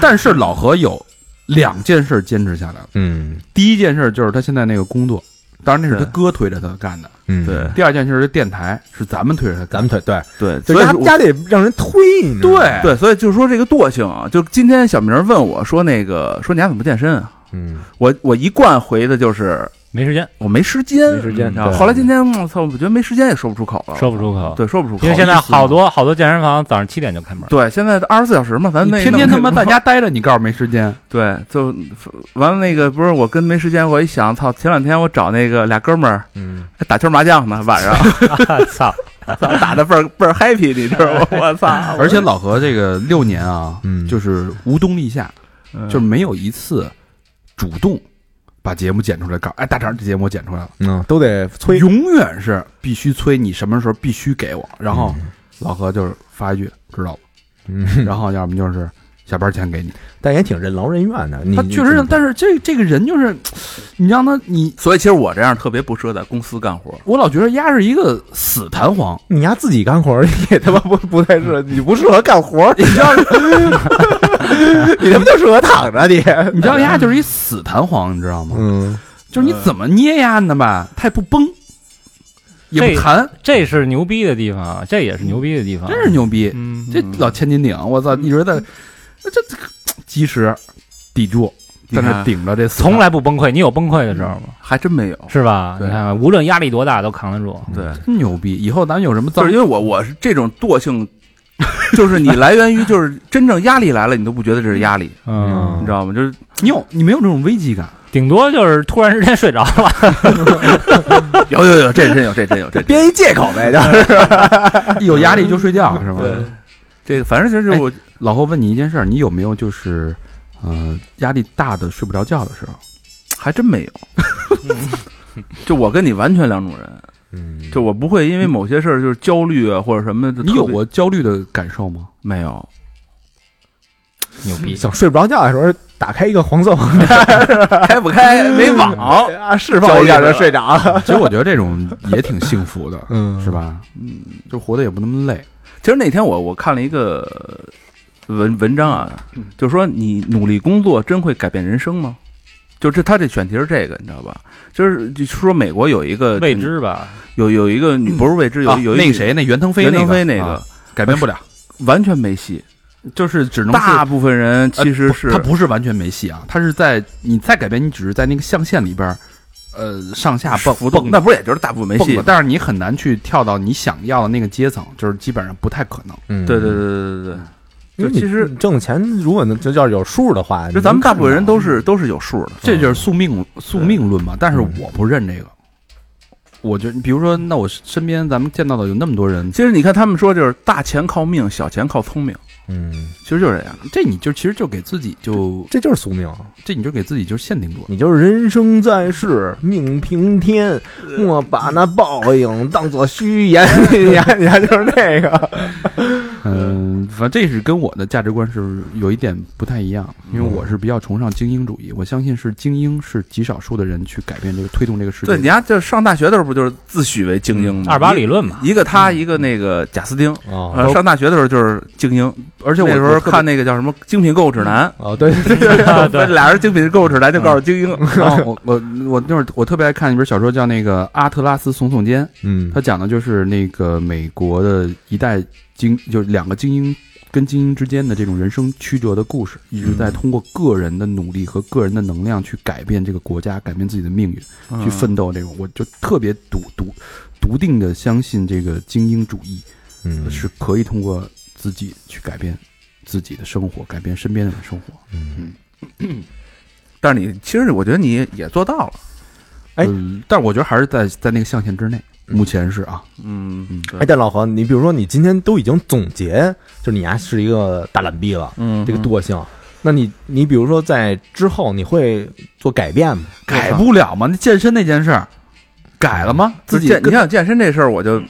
但是老何有两件事坚持下来了。
嗯
第一件事就是他现在那个工作，当然那是他
对
哥推着他干的。
嗯
对
第二件事是电台，是咱们推着他干
咱们腿对，
对，
就
所以
丫
说我
丫得让人推，你知
的。
道吗，
对，所以就说这个惰性啊，就今天小明问我说那个说你还怎么不健身啊？
嗯，
我我一贯回的就是
没时间，
我没时间，
没时间
你知道吗
对
后来今天嗯我操，我觉得没时间也说不出口了，
说不出口。
啊对，说不出口，
因为现在
意思
好多好多健身房早上七点就开门。
对，现在二十四小时嘛，咱
你
那
天天
那
他妈在家待着，你告诉没 时间。
对，就完了那个不是我跟没时间，我一想，操，前两天我找那个俩哥们儿
嗯，
打球麻将呢，晚上
操，
打的倍儿倍儿 happy，你知道吗？我操！
而且老何这个六年啊，
嗯
就是无冬立夏，就是没有一次主动把节目剪出来搞。哎，大肠这节目我剪出来了，
嗯，都得催，
永远是必须催你什么时候必须给我。然后老何就是发一句知道了，
嗯
然后要么就是下班前给你。
但也挺任劳任怨的，你
他确实，但是这这个人就是，你让他你
所以其实我这样特别不适合在公司干活，
我老觉得丫是一个死弹 簧，
你丫自己干活儿也他妈不不太适合，你不适合干活儿，你知 道吗？你他妈就适合躺着你。
你知道丫就是一死弹簧，你知道吗？
嗯，
就是你怎么捏丫呢吧，它也不崩，也不弹，
这是牛逼的地方，啊这也是牛逼的地方。啊
真是牛逼！
嗯，
这老千斤顶，我操！你说他这这及时抵住，在那顶着这死弹
从来不崩溃。你有崩溃的时候吗？
嗯还真没有。
是吧？
对
你看看，无论压力多大都扛得住。
对，
真牛逼！以后咱们有什么
就
脏
是因为我我是这种惰性，就是你来源于就是真正压力来了，你都不觉得这是压力，
嗯
你知道吗？就是
你有你没有这种危机 感？
顶多就是突然之间睡着了。
有有有，这真有，这真有，这真有
编一借口呗，就是
一有压力就睡觉是吗？
对这个，反正就是我
老侯问你一件事儿，你有没有就是呃压力大的睡不着觉的时候？
还真没有。就我跟你完全两种人，
嗯
就我不会因为某些事儿就是焦虑啊或者什么的。
你有
特别
过焦虑的感受吗？
没有？
牛
嗯
逼！
想睡不着觉的时候，打开一个黄色网
开不开？没网。
啊，释放一下就睡着了。，
其实我觉得这种也挺幸福的
嗯
是？吧？就活得也不那么累。
其实那天我我看了一个文文章啊，就是说你努力工作真会改变人生吗？就这他这选题是这个，你知道吧？就是就说美国有一个
未知吧，
有有一个女不是未知有
啊
有一
那个谁，那袁腾飞
袁腾飞
那
那
啊
个
改变不了，
完全没戏，
就是只能是
大部分人其实是
他呃不是完全没戏啊，他是在你再改变，你只是在那个象限里边儿，呃，上下蹦
浮动，
蹦
那不是也就是大部分没
蹦
戏
的，？但是你很难去跳到你想要的那个阶层，就是基本上不太可能。
嗯
对对对，对对对。
因为
就其
你
实
你挣钱，如果能就要是有数的话，
就咱们大部分人都是都是有数的，
这就是宿命宿命论嘛。但是我不认这个，我觉得，比如说，那我身边咱们见到的有那么多人，
其实你看他们说就是大钱靠命，小钱靠聪明，
嗯，
其实就是这样。
这你就其实就给自己就
这就是宿命。
这你就给自己就限定住了。
你就是人生在世，命平天，莫把那报应当作虚言。你还你还就是那个，
嗯，反正这是跟我的价值观是有一点不太一样，因为我
嗯
是比较崇尚精英主义，我相信是精英是极少数的人去改变这个推动这个世界
对，
的。
你家就上大学的时候不就是自诩为精英吗？
嗯二八理论嘛。
一个他，一个那个贾斯汀。
哦
呃，上大学的时候就是精英，
而且我
那时候
我特别
看那个叫什么《精品购物指南
哦，对，》，
对， 俩人《精品购物指南》就告诉精英，哦
然后我我我那会儿我特别爱看一本小说，叫那个《阿特拉斯耸耸肩》，
嗯
它讲的就是那个美国的一代精就是两个精英跟精英之间的这种人生曲折的故事，一直
嗯
在通过个人的努力和个人的能量去改变这个国家，改变自己的命运，
嗯
去奋斗。这种我就特别笃笃笃定的相信这个精英主义
嗯
是可以通过自己去改变自己的生活，改变身边的人生活。
嗯
但是你其实我觉得你也做到了，
哎
嗯但是我觉得还是在在那个象限之内，
嗯
目前是啊，
嗯
哎，但老何，你比如说你今天都已经总结，就是你呀、是一个大懒逼了，
嗯
这个惰性。那你你比如说在之后你会做改变吗？
改不了吗？那健身那件事儿改了吗？自
自
己
己你
跟
想健身这事儿，我就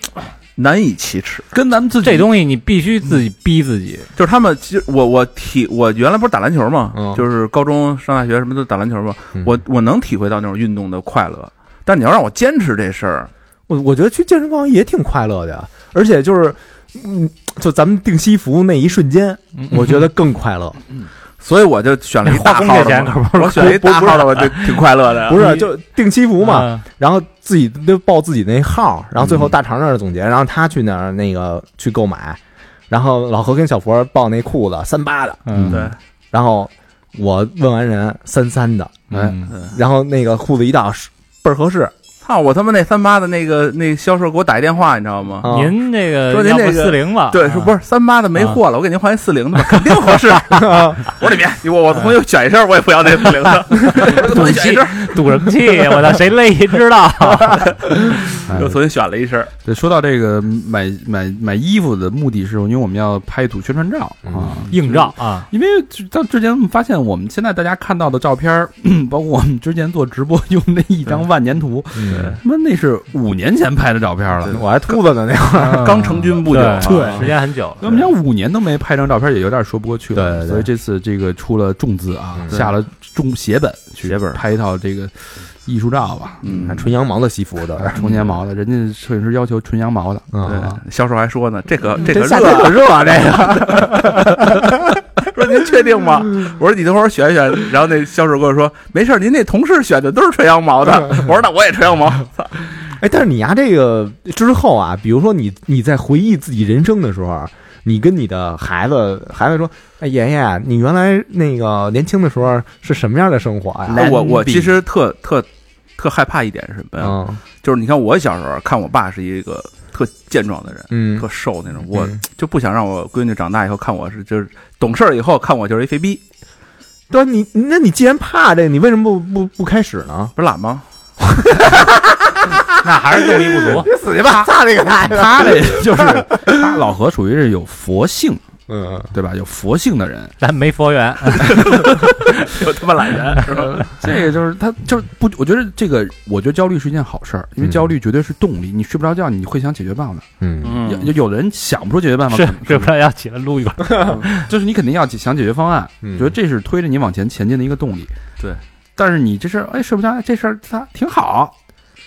难以启齿。
跟咱们自己
这东西你必须自己逼自己，
就是他们，其实我我体我原来不是打篮球嘛，
嗯
就是高中上大学什么都打篮球嘛，
嗯
我我能体会到那种运动的快乐。但你要让我坚持这事儿，
我我觉得去健身房也挺快乐的呀，而且就是，嗯，就咱们定西服那一瞬间，我觉得更快乐。
所以我就选了一大
化
号
工
的
这钱
嘛
可不
我选一大号的，我就挺快乐 的。
不是，就定西服嘛，
嗯
然后自己就报自己那号，然后最后大肠那儿总结，然后他去那儿那个去购买，然后老何跟小佛报那裤子三八的，
嗯，
对，
然后我问完人三三的，哎
嗯，
哎
然后那个裤子一到是倍儿合适。
操啊我他妈那三八的那个那销售给我打一电话，你知道吗？
啊、
嗯您这个
说您这个
四零吧？
对，是不
是？
是三八的没货了？我给您换一四零的吧，肯定合适。啊 哎我说你别，我我朋友选一身，我也不要那四零 的，我重新选一身，
赌什么气？我操，谁累知 道？
哎
又重新选了一身。
对，说到这个买买买衣服的目的是，因为我们要拍一组宣传照
嗯
啊。
硬照啊，
因为到之前我们发现，我们现在大家看到的照片儿， 包括我们之前做直播用那一张万年图，
嗯
他妈那是五年前拍的照片了。
我还秃子呢那会儿，
刚成军不久啊嘛，
对，时间很久了。
我们讲五年都没拍张照片，也有点说不过去
对
了。
对对
所以这次这个出了重资啊，
嗯
下了重血本去
血本
拍一套这个艺术照吧，
嗯
还纯羊毛的西服的，
纯羊毛的，人家摄影师要求纯羊 毛的。
嗯，
对，销售还说呢，这个这个
这夏
热
天可
啊，
热啊，这个
说您确定吗？
嗯
我说你等会儿选一选，然后那销售跟我说没事儿，您那同事选的都是吹羊毛的。
嗯
我说那我也吹羊毛，
哎，但是你呀、这个之后啊，比如说你你在回忆自己人生的时候，啊你跟你的孩子孩子说，哎，爷爷，你原来那个年轻的时候是什么样的生活啊呀、
哎我我其实特特特害怕一点是什么呀？
嗯
就是你看我小时候看我爸是一个特健壮的人，
嗯
特瘦那种，我
嗯
就不想让我闺女长大以后看我是就是懂事儿以后看我就是一肥逼，
对啊，你那你既然怕这个，你为什么不不不开始呢？
不是懒吗？
那还是动力不足。
死去 吧，擦这个他
他这就是他老何属于是有佛性，
嗯，
对吧？有佛性的人，
咱没佛 缘，
嗯就他妈懒人是吧？
这个就是他就是不，我觉得这个，我觉得焦虑是一件好事儿，因为
嗯
焦虑绝对是动力。你睡不着觉，你会想解决办法。
嗯
嗯
有有的人想不出解决办法，
是
可能
是不是要起来撸一把？
就是你肯定要解想解决方案，
嗯
觉得这是推着你往前前进的一个动力。
对，
但是你这事儿，哎，睡不着，哎这事儿它挺好，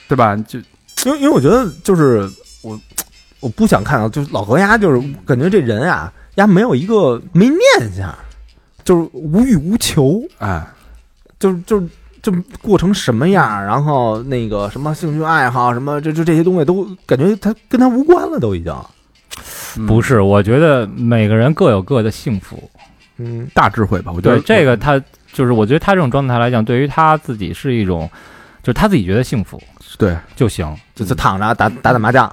对吧？就
因为因为我觉得就是我我不想看到，啊就是老何丫就是感觉这人啊，丫没有一个没念想，就是无欲无求，
哎，
就是就是就过成什么样儿，然后那个什么兴趣爱好什么，这就这些东西都感觉他跟他无关了，都已经。
嗯
不是，我觉得每个人各有各的幸福。
嗯
大智慧吧。我觉得
对这个，他就是我觉得他这种状态来讲，对于他自己是一种，就是他自己觉得幸福
对，
就行。
就是躺着打打打麻将。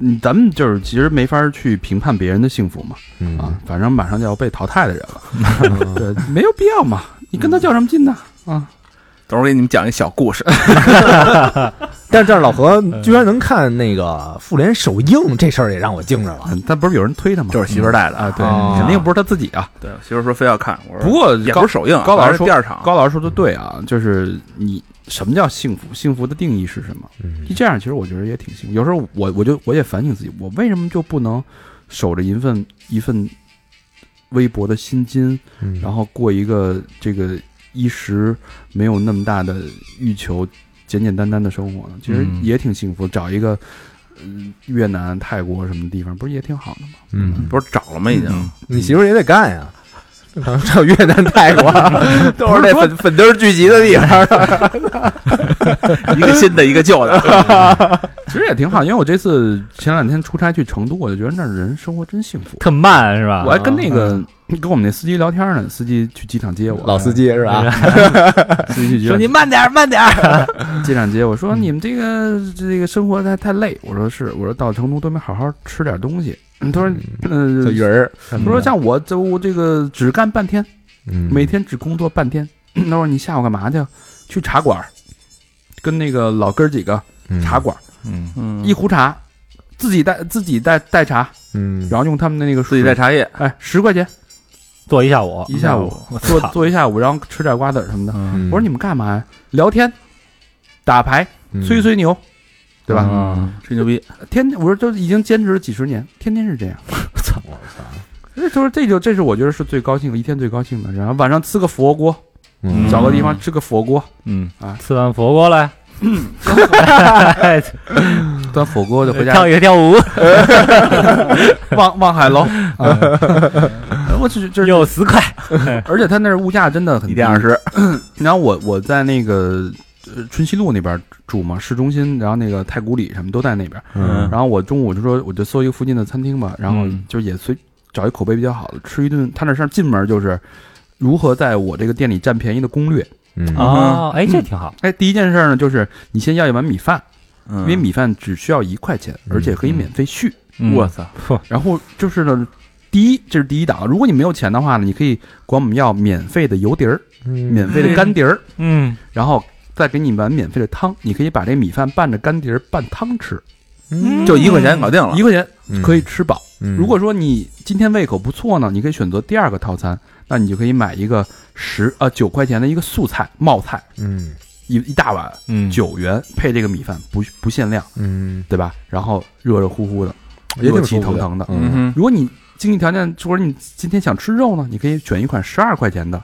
嗯咱们就是其实没法去评判别人的幸福嘛，
嗯
啊，反正马上就要被淘汰的人了， 对，没有必要嘛。你跟他较什么劲呢？啊，
等会儿我给你们讲一小 故事，
但是这儿老何居然能看那个复联首映，这事儿也让我惊着了。
嗯但不是有人推他吗？
就是媳妇儿带的
啊，
嗯
对，
哦
肯定不是他自己啊。
对，媳妇说非要看，我说
不过
也
高
不是首映，
高老师
反正是
说
第二场，
高老师说的对啊，就是你什么叫幸福？幸福的定义是什么？
嗯
这样其实我觉得也挺幸福。有时候我我就我也反省自己，我为什么就不能守着一份一份微薄的薪金，
嗯
然后过一个这个衣食没有那么大的欲求，简简单单的生活呢？其实
嗯
也挺幸福。找一个嗯越南、泰国什么地方，不是也挺好的吗？
嗯，
不是找了吗？已经
你媳妇儿也得干呀。上越南、泰国 都是那粉粉丁儿聚集的地方。
一个新的，一个 旧的，
其实也挺好，因为我这次前两天出差去成都，我就觉得那儿人生活真幸福。
特慢是吧
我？还跟那个跟我们那司机聊天呢，司机去机场接我，
老司机是
啊
吧？
司机去机
说
场
你慢点儿，慢点儿。
机场接我说你们这个这个生活太太累，我说是，我说到成都都没好好吃点东西。他说
小
呃，
鱼嗯儿，
他说像我这我这个只干半天，
嗯
每天只工作半天。他说你下午干嘛去？去茶馆儿，跟那个老哥儿几个
嗯
茶馆儿
嗯，
嗯
一壶茶，自己带自己带带茶，
嗯，
然后用他们的那个
自己带茶叶，
哎十块钱
坐一下午，
一下午
我
做
操，
做一下午，然后吃点瓜子儿什么的。
嗯
我说你们干嘛呀？聊天、打牌、
嗯
吹吹牛，对吧？
嗯，吹牛逼，
天，我说都已经坚持了几十年，天天是这样。
我操，
那 就是这就这是我觉得是最高兴一天最高兴的。然后晚上吃个火锅，
嗯
找个地方吃个火锅，
嗯，
啊
吃完火锅了，
端火锅就回家
跳一个跳舞，
望望海楼。啊我只就是，
有十块，
而且他那儿物价真的很
一
低
天二。十，
然后我我在那个呃春熙路那边住嘛，市中心，然后那个太古里什么都在那边。
嗯
然后我中午就说我就搜一个附近的餐厅吧，然后
嗯
就也随找一口碑比较好的吃一顿。他那上进门就是如何在我这个店里占便宜的攻略。
嗯
哦，哎，这挺好，
哎，第一件事呢就是你先要一碗米饭，因
因
为米饭只需要一块钱，而且可以免费续。
嗯
我操，
然后就是呢，第一这是第一档，如果你没有钱的话呢，你可以管我们要免费的油碟儿、
嗯
免费的干碟儿，
嗯，
然后再给你碗免费的汤。你可以把这米饭拌着干碟儿拌汤吃，
嗯
就一块钱搞定了
一，块钱
嗯
可以吃饱。
嗯
如果说你今天胃口不错呢，你可以选择第二个套餐，那你就可以买一个十呃九块钱的一个素菜冒菜，
嗯
一一大碗
嗯
九元配这个米饭，不不限量，
嗯
对吧？然后热热乎乎的，
也挺
热气
舒服
腾
的
腾的。
嗯
哼，
如果你经济条件或者你今天想吃肉呢，你可以选一款十二块钱的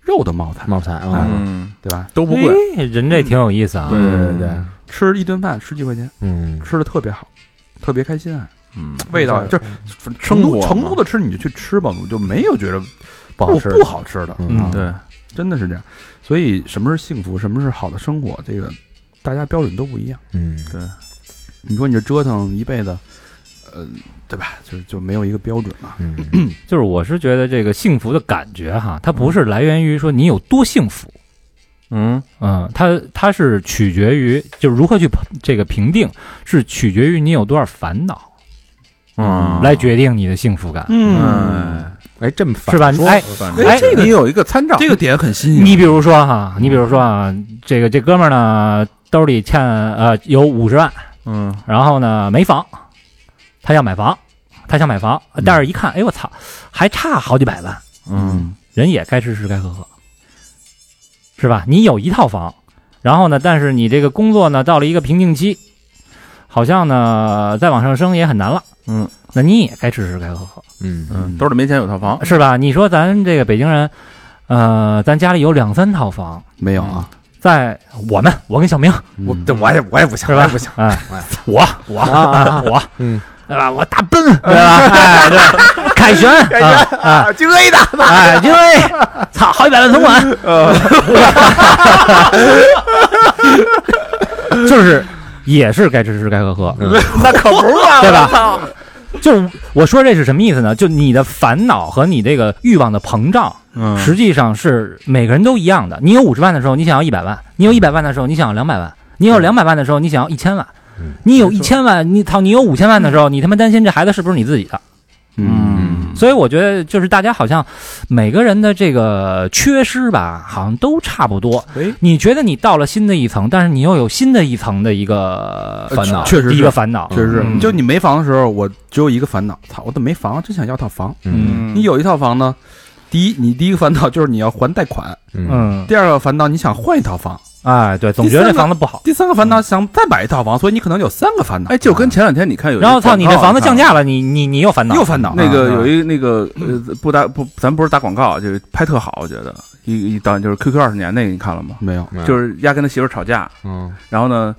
肉的冒菜，
冒菜啊，
嗯，
对吧？
都不贵，
哎，人这挺有意思啊，
对对对，
吃一顿饭十几块钱，
嗯，
吃的特别好，特别开心啊！
嗯，
味道就是成
生
都
活嘛
成都的吃你就去吃吧，我就没有觉得
不好吃
不好吃的，
嗯
啊
对，
真的是这样。所以什么是幸福，什么是好的生活，这个大家标准都不一样。
嗯
你说你这折腾一辈子，呃，对吧？就就没有一个标准嘛。
嗯
就是我是觉得这个幸福的感觉哈，它不是来源于说你有多幸福，
嗯，
嗯，它它是取决于就是如何去这个评定，是取决于你有多少烦恼，
嗯
来决定你的幸福感。
嗯，
哎，这么反
是吧
说
哎
反
哎
这个你有一个参照，
这个点很新
嗯
颖。
你比如说哈，你比如说啊，这个这哥们儿呢兜里欠呃有五十万，
嗯
然后呢没房，他要买房，他想买房，但是一看，哎我操，还差好几百万，
嗯
人也该吃吃该喝喝，是吧？你有一套房，然后呢，但是你这个工作呢到了一个瓶颈期，好像呢再往上升也很难了，
嗯，
那你也该吃吃该喝喝，
嗯
嗯，兜里没钱有套房，
是吧？你说咱这个北京人，呃，咱家里有两三套房，
没有啊？嗯
在我们，我跟小明，
我
嗯
这我也我也不行，
是
我
吧
也不行，
哎，我我
啊
我，
嗯，
对吧？我大奔，对 吧？哎，对，凯旋，啊啊，
惊 A 的，
哎， 因为操，好几百万存款，就是也是该吃吃该喝喝，
嗯
那可不是嘛，对吧？就是我说这是什么意思呢？就你的烦恼和你这个欲望的膨胀，
嗯
实际上是每个人都一样的。你有五十万的时候，你想要一百万；你有一百万的时候，你想要两百万；你有两百万的时候，你想要一千万
嗯。
你有一千万，你操！你有五千万的时候，你他妈担心这孩子是不是你自己的？
嗯
所以我觉得，就是大家好像每个人的这个缺失吧，好像都差不多。
哎
你觉得你到了新的一层，但是你又有新的一层的一个
呃
烦恼，
确确实是
一个烦恼
确。实
嗯
是，就你没房的时候，我只有一个烦恼，操，我怎么没房？真想要套房。
嗯
你有一套房呢，第一，你第一个烦恼就是你要还贷款；
嗯
嗯，
第二个烦恼，你想换一套房；
哎，对，总觉得这房子不好。
第三个烦恼，想再买一套房，所以你可能有三个烦恼。
哎，就跟前两天你看有一个
然后操，
广
你
告
这房子
看
降价了，你你你又烦恼，
啊又烦恼
那个
啊
有一那个呃不打不，咱不是打广告，啊就是拍特好，我觉得一一导演就是 QQ 二十年那个你看了吗？
没有，
嗯
就是丫跟他媳妇儿吵架，
嗯
然后呢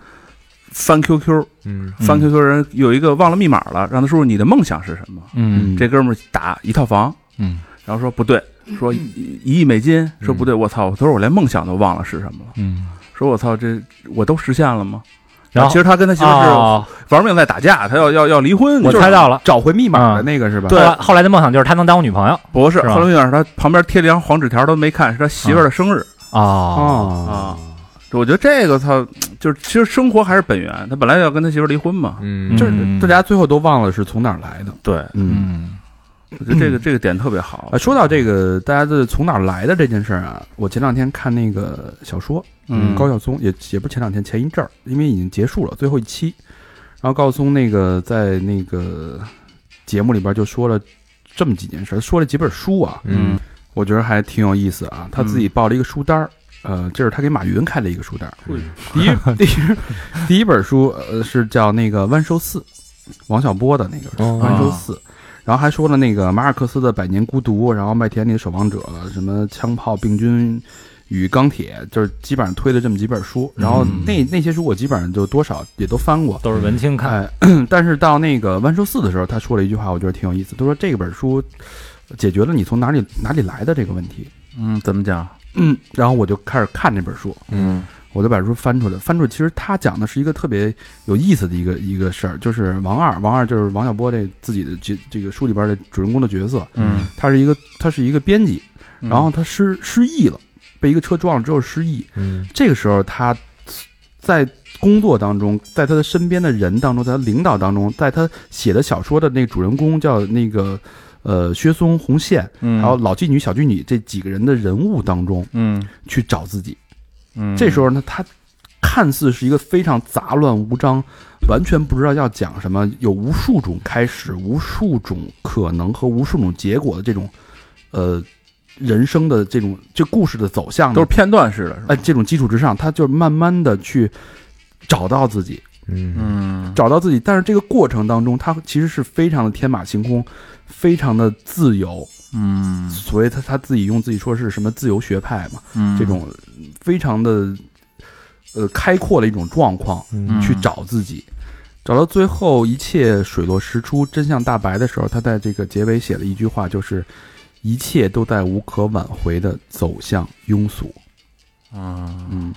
翻 QQ
嗯
翻 QQ 人有一个忘了密码了，让他说说你的梦想是什么？
嗯
这哥们儿打一套房，
嗯，
然后说不对，说一一亿美金，说不对，我操！他说我连梦想都忘了是什么了，
嗯，
说我操，这我都实现了吗？
啊
然后
其实他跟他媳妇是
哦，
玩命在打架，他要要要离婚，
我
就是
猜到了，
找回密
啊
码的那个是吧？
后来后来的梦想就是他能当我女朋友
不是，
是吧
后来有点他旁边贴了一张黄纸条，都没看，是他媳妇儿的生日
哦，
哦，
啊。我觉得这个他就是其实生活还是本源，他本来要跟他媳妇儿离婚嘛，
嗯
就是
嗯
大家最后都忘了是从哪儿来的。
对，
嗯，
嗯
我觉得这个这个点特别好
啊，。说到这个大家的从哪儿来的这件事儿啊，我前两天看那个小说，
嗯
高晓松也也不是前两天，前一阵儿，因为已经结束了最后一期，然后高晓松那个在那个节目里边就说了这么几件事儿，说了几本书啊，
嗯
我觉得还挺有意思啊。他自己报了一个书单儿，呃，这是他给马云开的一个书单儿。第一第一第一本书呃是叫那个《万寿寺》，王小波的那个
哦
《万寿寺》。然后还说了那个马尔克斯的《百年孤独》，然后麦田里的守望者，什么枪炮、病菌与钢铁，就是基本上推了这么几本书。然后那那些书我基本上就多少也都翻过，
都是文青看，
哎，但是到那个万寿寺的时候，他说了一句话，我觉得挺有意思。他说这本书解决了你从哪里哪里来的这个问题。
嗯，怎么讲？
嗯，然后我就开始看这本书，
嗯
我就把书翻出来，翻出来。其实他讲的是一个特别有意思的一个一个事儿，就是王二，王二就是王小波这自己的角这个书里边的主人公的角色，
嗯，
他是一个他是一个编辑，然后他失失忆了，被一个车撞了之后失忆，
嗯
这个时候他在工作当中，在他的身边的人当中，在他领导当中，在他写的小说的那个主人公叫那个呃薛松、红线，
嗯
还有老妓女、小妓女这几个人的人物当中
嗯
去找自己。
嗯
这时候呢，他看似是一个非常杂乱无章，完全不知道要讲什么，有无数种开始、无数种可能和无数种结果的这种呃人生的这种这故事的走向呢
都是片段式的，是吧？
哎，这种基础之上，他就慢慢的去找到自己，
嗯
嗯
找到自己。但是这个过程当中，他其实是非常的天马行空，非常的自由。
嗯
所谓他他自己用自己说是什么自由学派嘛，
嗯
这种非常的呃开阔的一种状况
嗯
去找自己。找到最后一切水落石出、真相大白的时候，他在这个结尾写了一句话，就是“一切都在无可挽回的走向庸俗”。
嗯
嗯，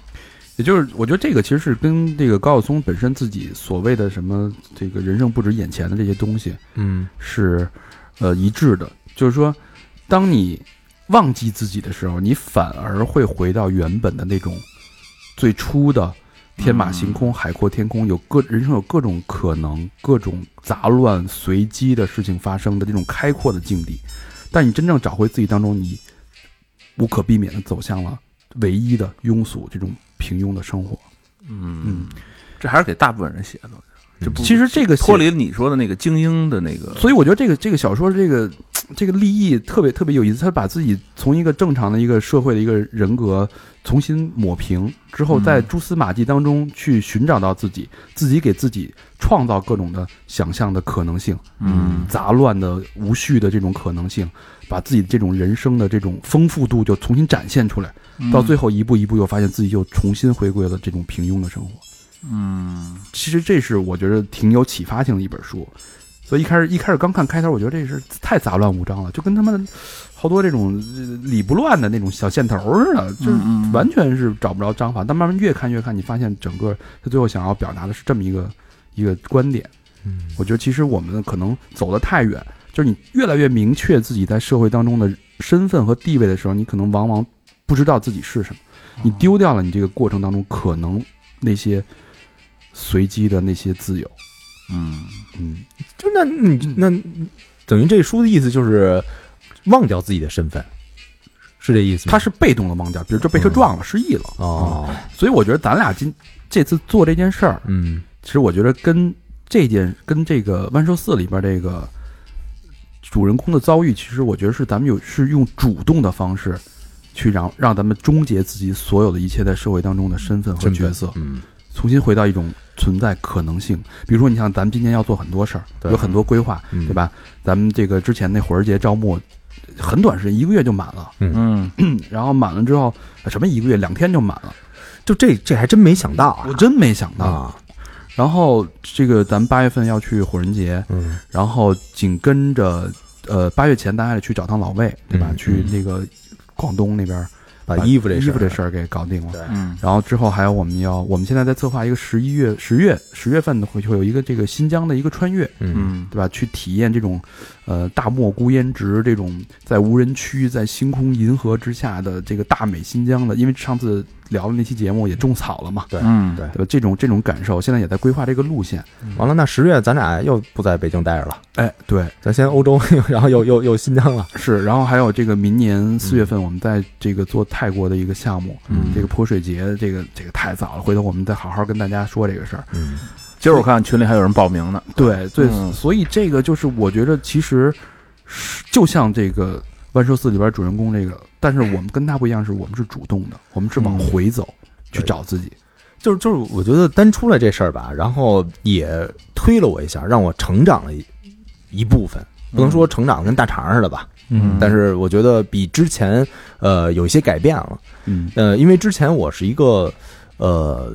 也就是我觉得这个其实是跟这个高晓松本身自己所谓的什么这个人生不止眼前的这些东西
嗯
是呃一致的，就是说，当你忘记自己的时候，你反而会回到原本的那种最初的天马行空、海阔天空，有各人生有各种可能、各种杂乱随机的事情发生的这种开阔的境地。但你真正找回自己当中，你无可避免的走向了唯一的庸俗这种平庸的生活。
嗯，这还是给大部分人写的，
嗯
这不
其实这个写
脱离了你说的那个精英的那个，
所以我觉得这个这个小说这个这个立意特别特别有意思，他把自己从一个正常的一个社会的一个人格重新抹平之后，
嗯
在蛛丝马迹当中去寻找到自己，自己给自己创造各种的想象的可能性，
嗯
杂乱的无序的这种可能性，把自己这种人生的这种丰富度就重新展现出来，
嗯
到最后一步一步又发现自己又重新回归了这种平庸的生活。
嗯
其实这是我觉得挺有启发性的一本书。所以一开始一开始刚看开头，我觉得这是太杂乱无章了，就跟他们好多这种呃理不乱的那种小线头似的，就是
嗯嗯
完全是找不着章法。但慢慢越看越看，你发现整个他最后想要表达的是这么一个一个观点。
嗯
我觉得其实我们可能走得太远，就是你越来越明确自己在社会当中的身份和地位的时候，你可能往往不知道自己是什么，你丢掉了你这个过程当中可能那些随机的那些自由。
嗯
嗯，
就那你那等于这书的意思就是忘掉自己的身份，是这意思吗？
他是被动的忘掉，比如说被车撞了、失忆了。
哦，
所以我觉得咱俩今这次做这件事儿，
嗯
其实我觉得跟这件跟这个《万寿寺》里边这个主人公的遭遇，其实我觉得是咱们有是用主动的方式去让让咱们终结自己所有的一切在社会当中的身份和
真
角
的
色，
嗯
重新回到一种存在可能性。比如说，你像咱们今年要做很多事儿，
对
有很多规划，
嗯
对吧？咱们这个之前那火儿节招募。很短时间，一个月就满了，
嗯
然后满了之后，什么一个月，两天就满了，
就这这还真没想到啊
我真没想到。
啊
然后这个咱们八月份要去火人节，
嗯
然后紧跟着呃八月前大家得去找趟老魏，对吧？
嗯
去那个广东那边
把衣服这
衣
事
服这
儿
事儿给搞定了。
嗯
然后之后还有我们要，我们现在在策划一个十一月、十月、十月份的会会有一个这个新疆的一个穿越，
嗯，
嗯，
对吧？去体验这种，呃，大漠孤烟直这种在无人区、在星空银河之下的这个大美新疆的，因为上次聊的那期节目也种草了嘛，
嗯
对
对吧？这种这种感受，现在也在规划这个路线。
完了，那十月咱俩又不在北京待着了，
哎，对，
咱先欧洲， 然后又又又新疆了，
是。然后还有这个明年四月份，我们在这个做泰国的一个项目，
嗯
这个泼水节，这个这个太早了，回头我们再好好跟大家说这个事儿。
嗯，
今儿我看群里还有人报名呢，
对，对，
嗯
所以这个就是我觉得其实是就像这个《万寿寺》里边主人公这个，但是我们跟他不一样，是我们是主动的，我们是往回走、去找自己。
就是就是，我觉得单出来这事儿吧，然后也推了我一下，让我成长了一一部分，不能说成长跟大肠似的吧，
嗯
但是我觉得比之前呃有一些改变了，
嗯
呃，因为之前我是一个呃。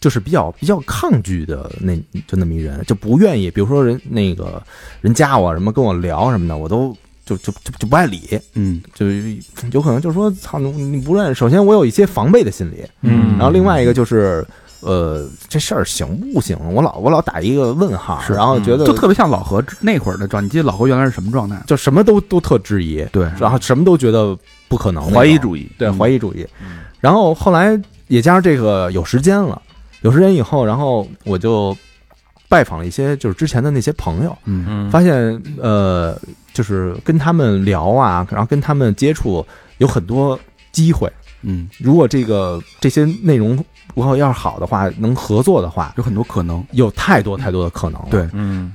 就是比较比较抗拒的那就那么一人，就不愿意，比如说人那个人加我啊什么跟我聊什么的，我都就就就就不爱理，
嗯，
就是有可能就是说操你你不认，首先我有一些防备的心理，
嗯
然后另外一个就是，呃，这事儿行不行？我老我老打一个问号，
是嗯
然后觉得
就特别像老何那会儿的状态，你记得老何原来是什么状态？
就什么都都特质疑，
对，
然后什么都觉得不可能，
怀疑主义，
对怀疑主义
嗯。
然后后来也加上这个有时间了，有时间以后，然后我就拜访了一些就是之前的那些朋友，
嗯
嗯
发现呃，就是跟他们聊啊，然后跟他们接触有很多机会。
嗯，
如果这个这些内容如果要是好的话，能合作的话，
有很多可能。
有太多太多的可能了。
对
嗯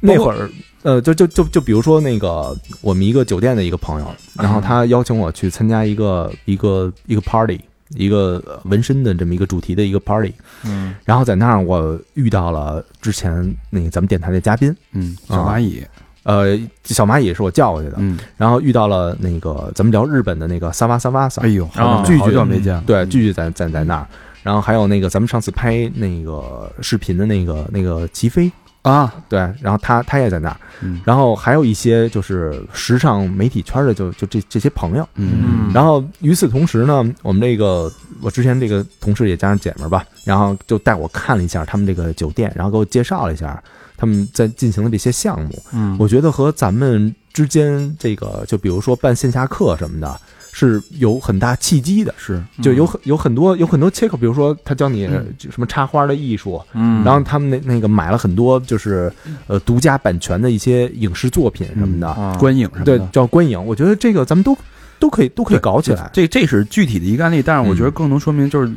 那会儿，呃，就就就就比如说那个我们一个酒店的一个朋友，
嗯
然后他邀请我去参加一个一个一个 party，一个呃纹身的这么一个主题的一个 party，
嗯
然后在那儿我遇到了之前那个咱们电台的嘉宾，
嗯，小蚂蚁，
呃，小蚂蚁是我叫过去的，
嗯，
然后遇到了那个咱们聊日本的那个萨瓦萨瓦萨
哎，呦，
啊
好久好久没见了。
对，聚聚在在在那儿。然后还有那个，咱们上次拍那个视频的那个那个齐飞，
啊，
对，然后他他也在那儿，
嗯
然后还有一些就是时尚媒体圈的就就这这些朋友，
嗯
然后与此同时呢，我们这个我之前这个同事也加上姐们儿吧，然后就带我看了一下他们这个酒店，然后给我介绍了一下他们在进行的这些项目，
嗯
我觉得和咱们之间这个就比如说办线下课什么的，是有很大契机的。
是，嗯
就有很有很多有很多切口，比如说他教你什么插花的艺术，
嗯
然后他们那那个买了很多就是呃独家版权的一些影视作品什么的，
啊
观影什么
对
的，，
叫观影。我觉得这个咱们都都可以都可以搞起来，
这这是具体的一个案例，但是我觉得
嗯
更能说明就是，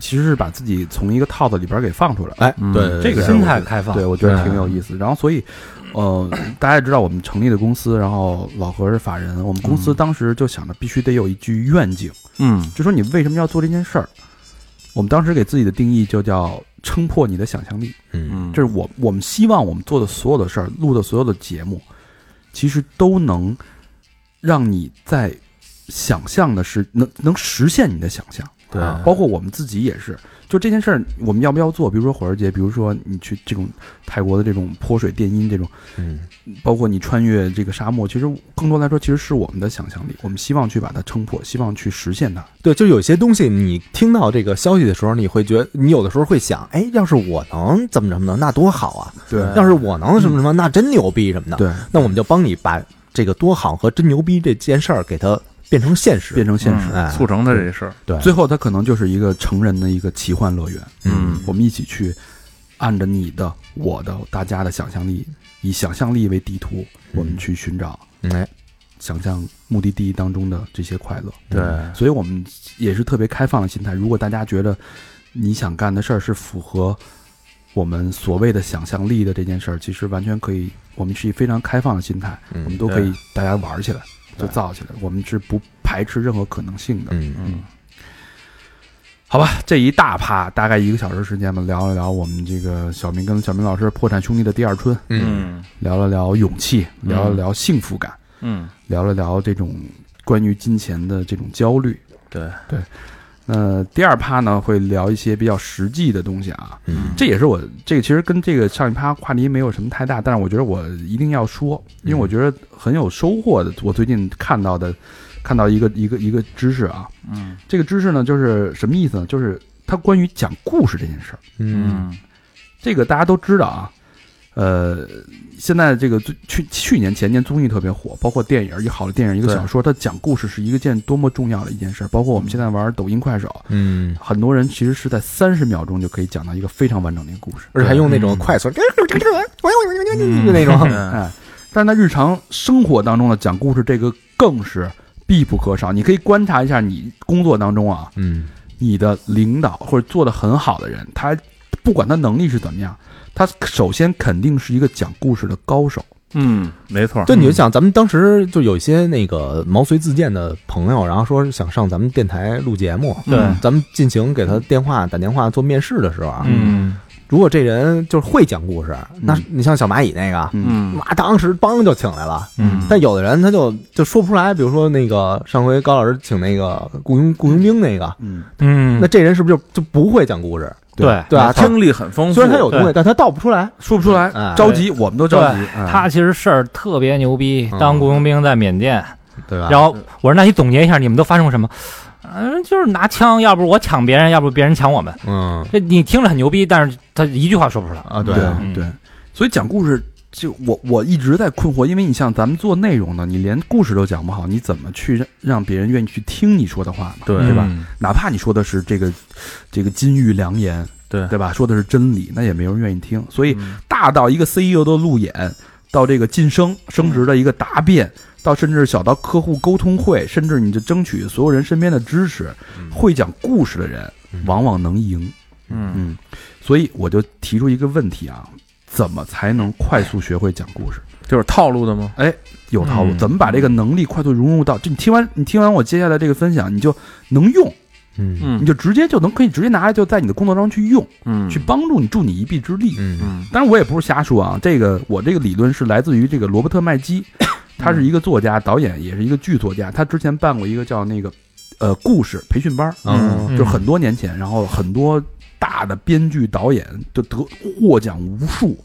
其实是把自己从一个套子里边给放出来。
哎，
嗯
对，
这个是
心态开放，
对，我觉得挺有意思。然后，所以，呃，大家也知道我们成立的公司，然后老何是法人，我们公
嗯
司当时就想着必须得有一句愿景，
嗯
就说你为什么要做这件事儿。我们当时给自己的定义就叫“撑破你的想象力”，
嗯，
嗯，
这是我我们希望我们做的所有的事儿，录的所有的节目，其实都能让你在想象的是能能实现你的想象。
对
啊包括我们自己也是。就这件事儿，我们要不要做？比如说火儿节，比如说你去这种泰国的这种泼水电音这种，
嗯
包括你穿越这个沙漠，其实更多来说，其实是我们的想象力，我们希望去把它撑破，希望去实现它。
对，就有些东西你听到这个消息的时候，你会觉得你有的时候会想，哎，要是我能怎么怎么能，那多好啊！
对
要是我能什么什么，那真牛逼什么的。
嗯对，
那我们就帮你把这个多好和真牛逼这件事儿给它变成现实，
变成现实。
嗯
哎
促成他这事儿，
对，
最后，它可能就是一个成人的一个奇幻乐园。
嗯
我们一起去，按着你的、我的、大家的想象力，以想象力为地图，
嗯
我们去寻找
哎，
想象目的地当中的这些快乐。
对，
哎嗯
所以我们也是特别开放的心态。如果大家觉得你想干的事儿是符合我们所谓的想象力的这件事儿，其实完全可以，我们是以非常开放的心态，
嗯
我们都可以大家玩起来，就造起来，我们是不排斥任何可能性的。
嗯
嗯
好吧，这一大趴大概一个小时时间吧，聊了聊我们这个小明跟小明老师《破产兄弟》的第二春，
嗯，
聊了聊勇气，
嗯
聊了聊幸福感，
嗯
聊了聊这种关于金钱的这种焦虑。
对
对，那第二趴呢，会聊一些比较实际的东西啊，
嗯
这也是我这个其实跟这个上一趴话题没有什么太大，但是我觉得我一定要说，
嗯
因为我觉得很有收获的。我最近看到的，看到一个一个一个知识啊，
嗯
这个知识呢就是什么意思呢？就是它关于讲故事这件事儿。
嗯
这个大家都知道啊，呃，现在这个最去去年前年综艺特别火，包括电影，一个好的电影，一个
对
小说，它讲故事是一个件多么重要的一件事儿。包括我们现在玩抖音、快手，
嗯，
很多人其实是在三十秒钟就可以讲到一个非常完整的一个故事。
而且还用那种快速，就 那种，
哎，但是在日常生活当中呢，讲故事这个更是必不可少。你可以观察一下你工作当中啊，
嗯
你的领导或者做的很好的人，他不管他能力是怎么样，他首先肯定是一个讲故事的高手。
嗯，没错，
对，你就想咱们当时就有一些那个毛遂自荐的朋友，然后说想上咱们电台录节目，
对
嗯咱们进行给他电话打电话做面试的时候啊，
嗯，
如果这人就是会讲故事，那你像小蚂蚁那个，
嗯
妈当时帮就请来了。
嗯
但有的人他就就说不出来，比如说那个上回高老师请那个雇佣雇佣兵那个，
嗯，
嗯
那这人是不是就就不会讲故事？
对
对啊，他
听力很丰富，
虽然他有东西，但他道不出来。
说不出来，
哎
着急，我们都着急。哎
他其实事儿特别牛逼，
嗯
当雇佣兵在缅甸，
对吧？
然后我说那你总结一下你们都发生过什么？嗯、就是拿枪，要不我抢别人，要不别人抢我们。
嗯
这你听着很牛逼，但是他一句话说不出来。
啊，
对
啊
嗯
对，所以讲故事。就我我一直在困惑，因为你像咱们做内容呢，你连故事都讲不好，你怎么去让让别人愿意去听你说的话呢？
对
对吧？哪怕你说的是这个这个金玉良言，
对
对吧？说的是真理，那也没有人愿意听。所以大到一个 CEO 的路演，到这个晋升升职的一个答辩，到甚至小到客户沟通会，甚至你就争取所有人身边的支持，
嗯
会讲故事的人往往能赢。
嗯
嗯，所以我就提出一个问题啊。怎么才能快速学会讲故事？
就是套路的吗？
有套路，
嗯
怎么把这个能力快速融入到？就你听完，你听完我接下来这个分享，你就能用，
嗯
嗯
你就直接就能可以直接拿来，就在你的工作当中去用，
嗯
去帮助你助你一臂之力。
嗯
嗯
当然，我也不是瞎说啊，这个我这个理论是来自于这个罗伯特麦基，他是一个作家、导演，也是一个剧作家。他之前办过一个叫那个呃故事培训班，
嗯
嗯
就是很多年前，然后很多大的编剧、导演就得获奖无数，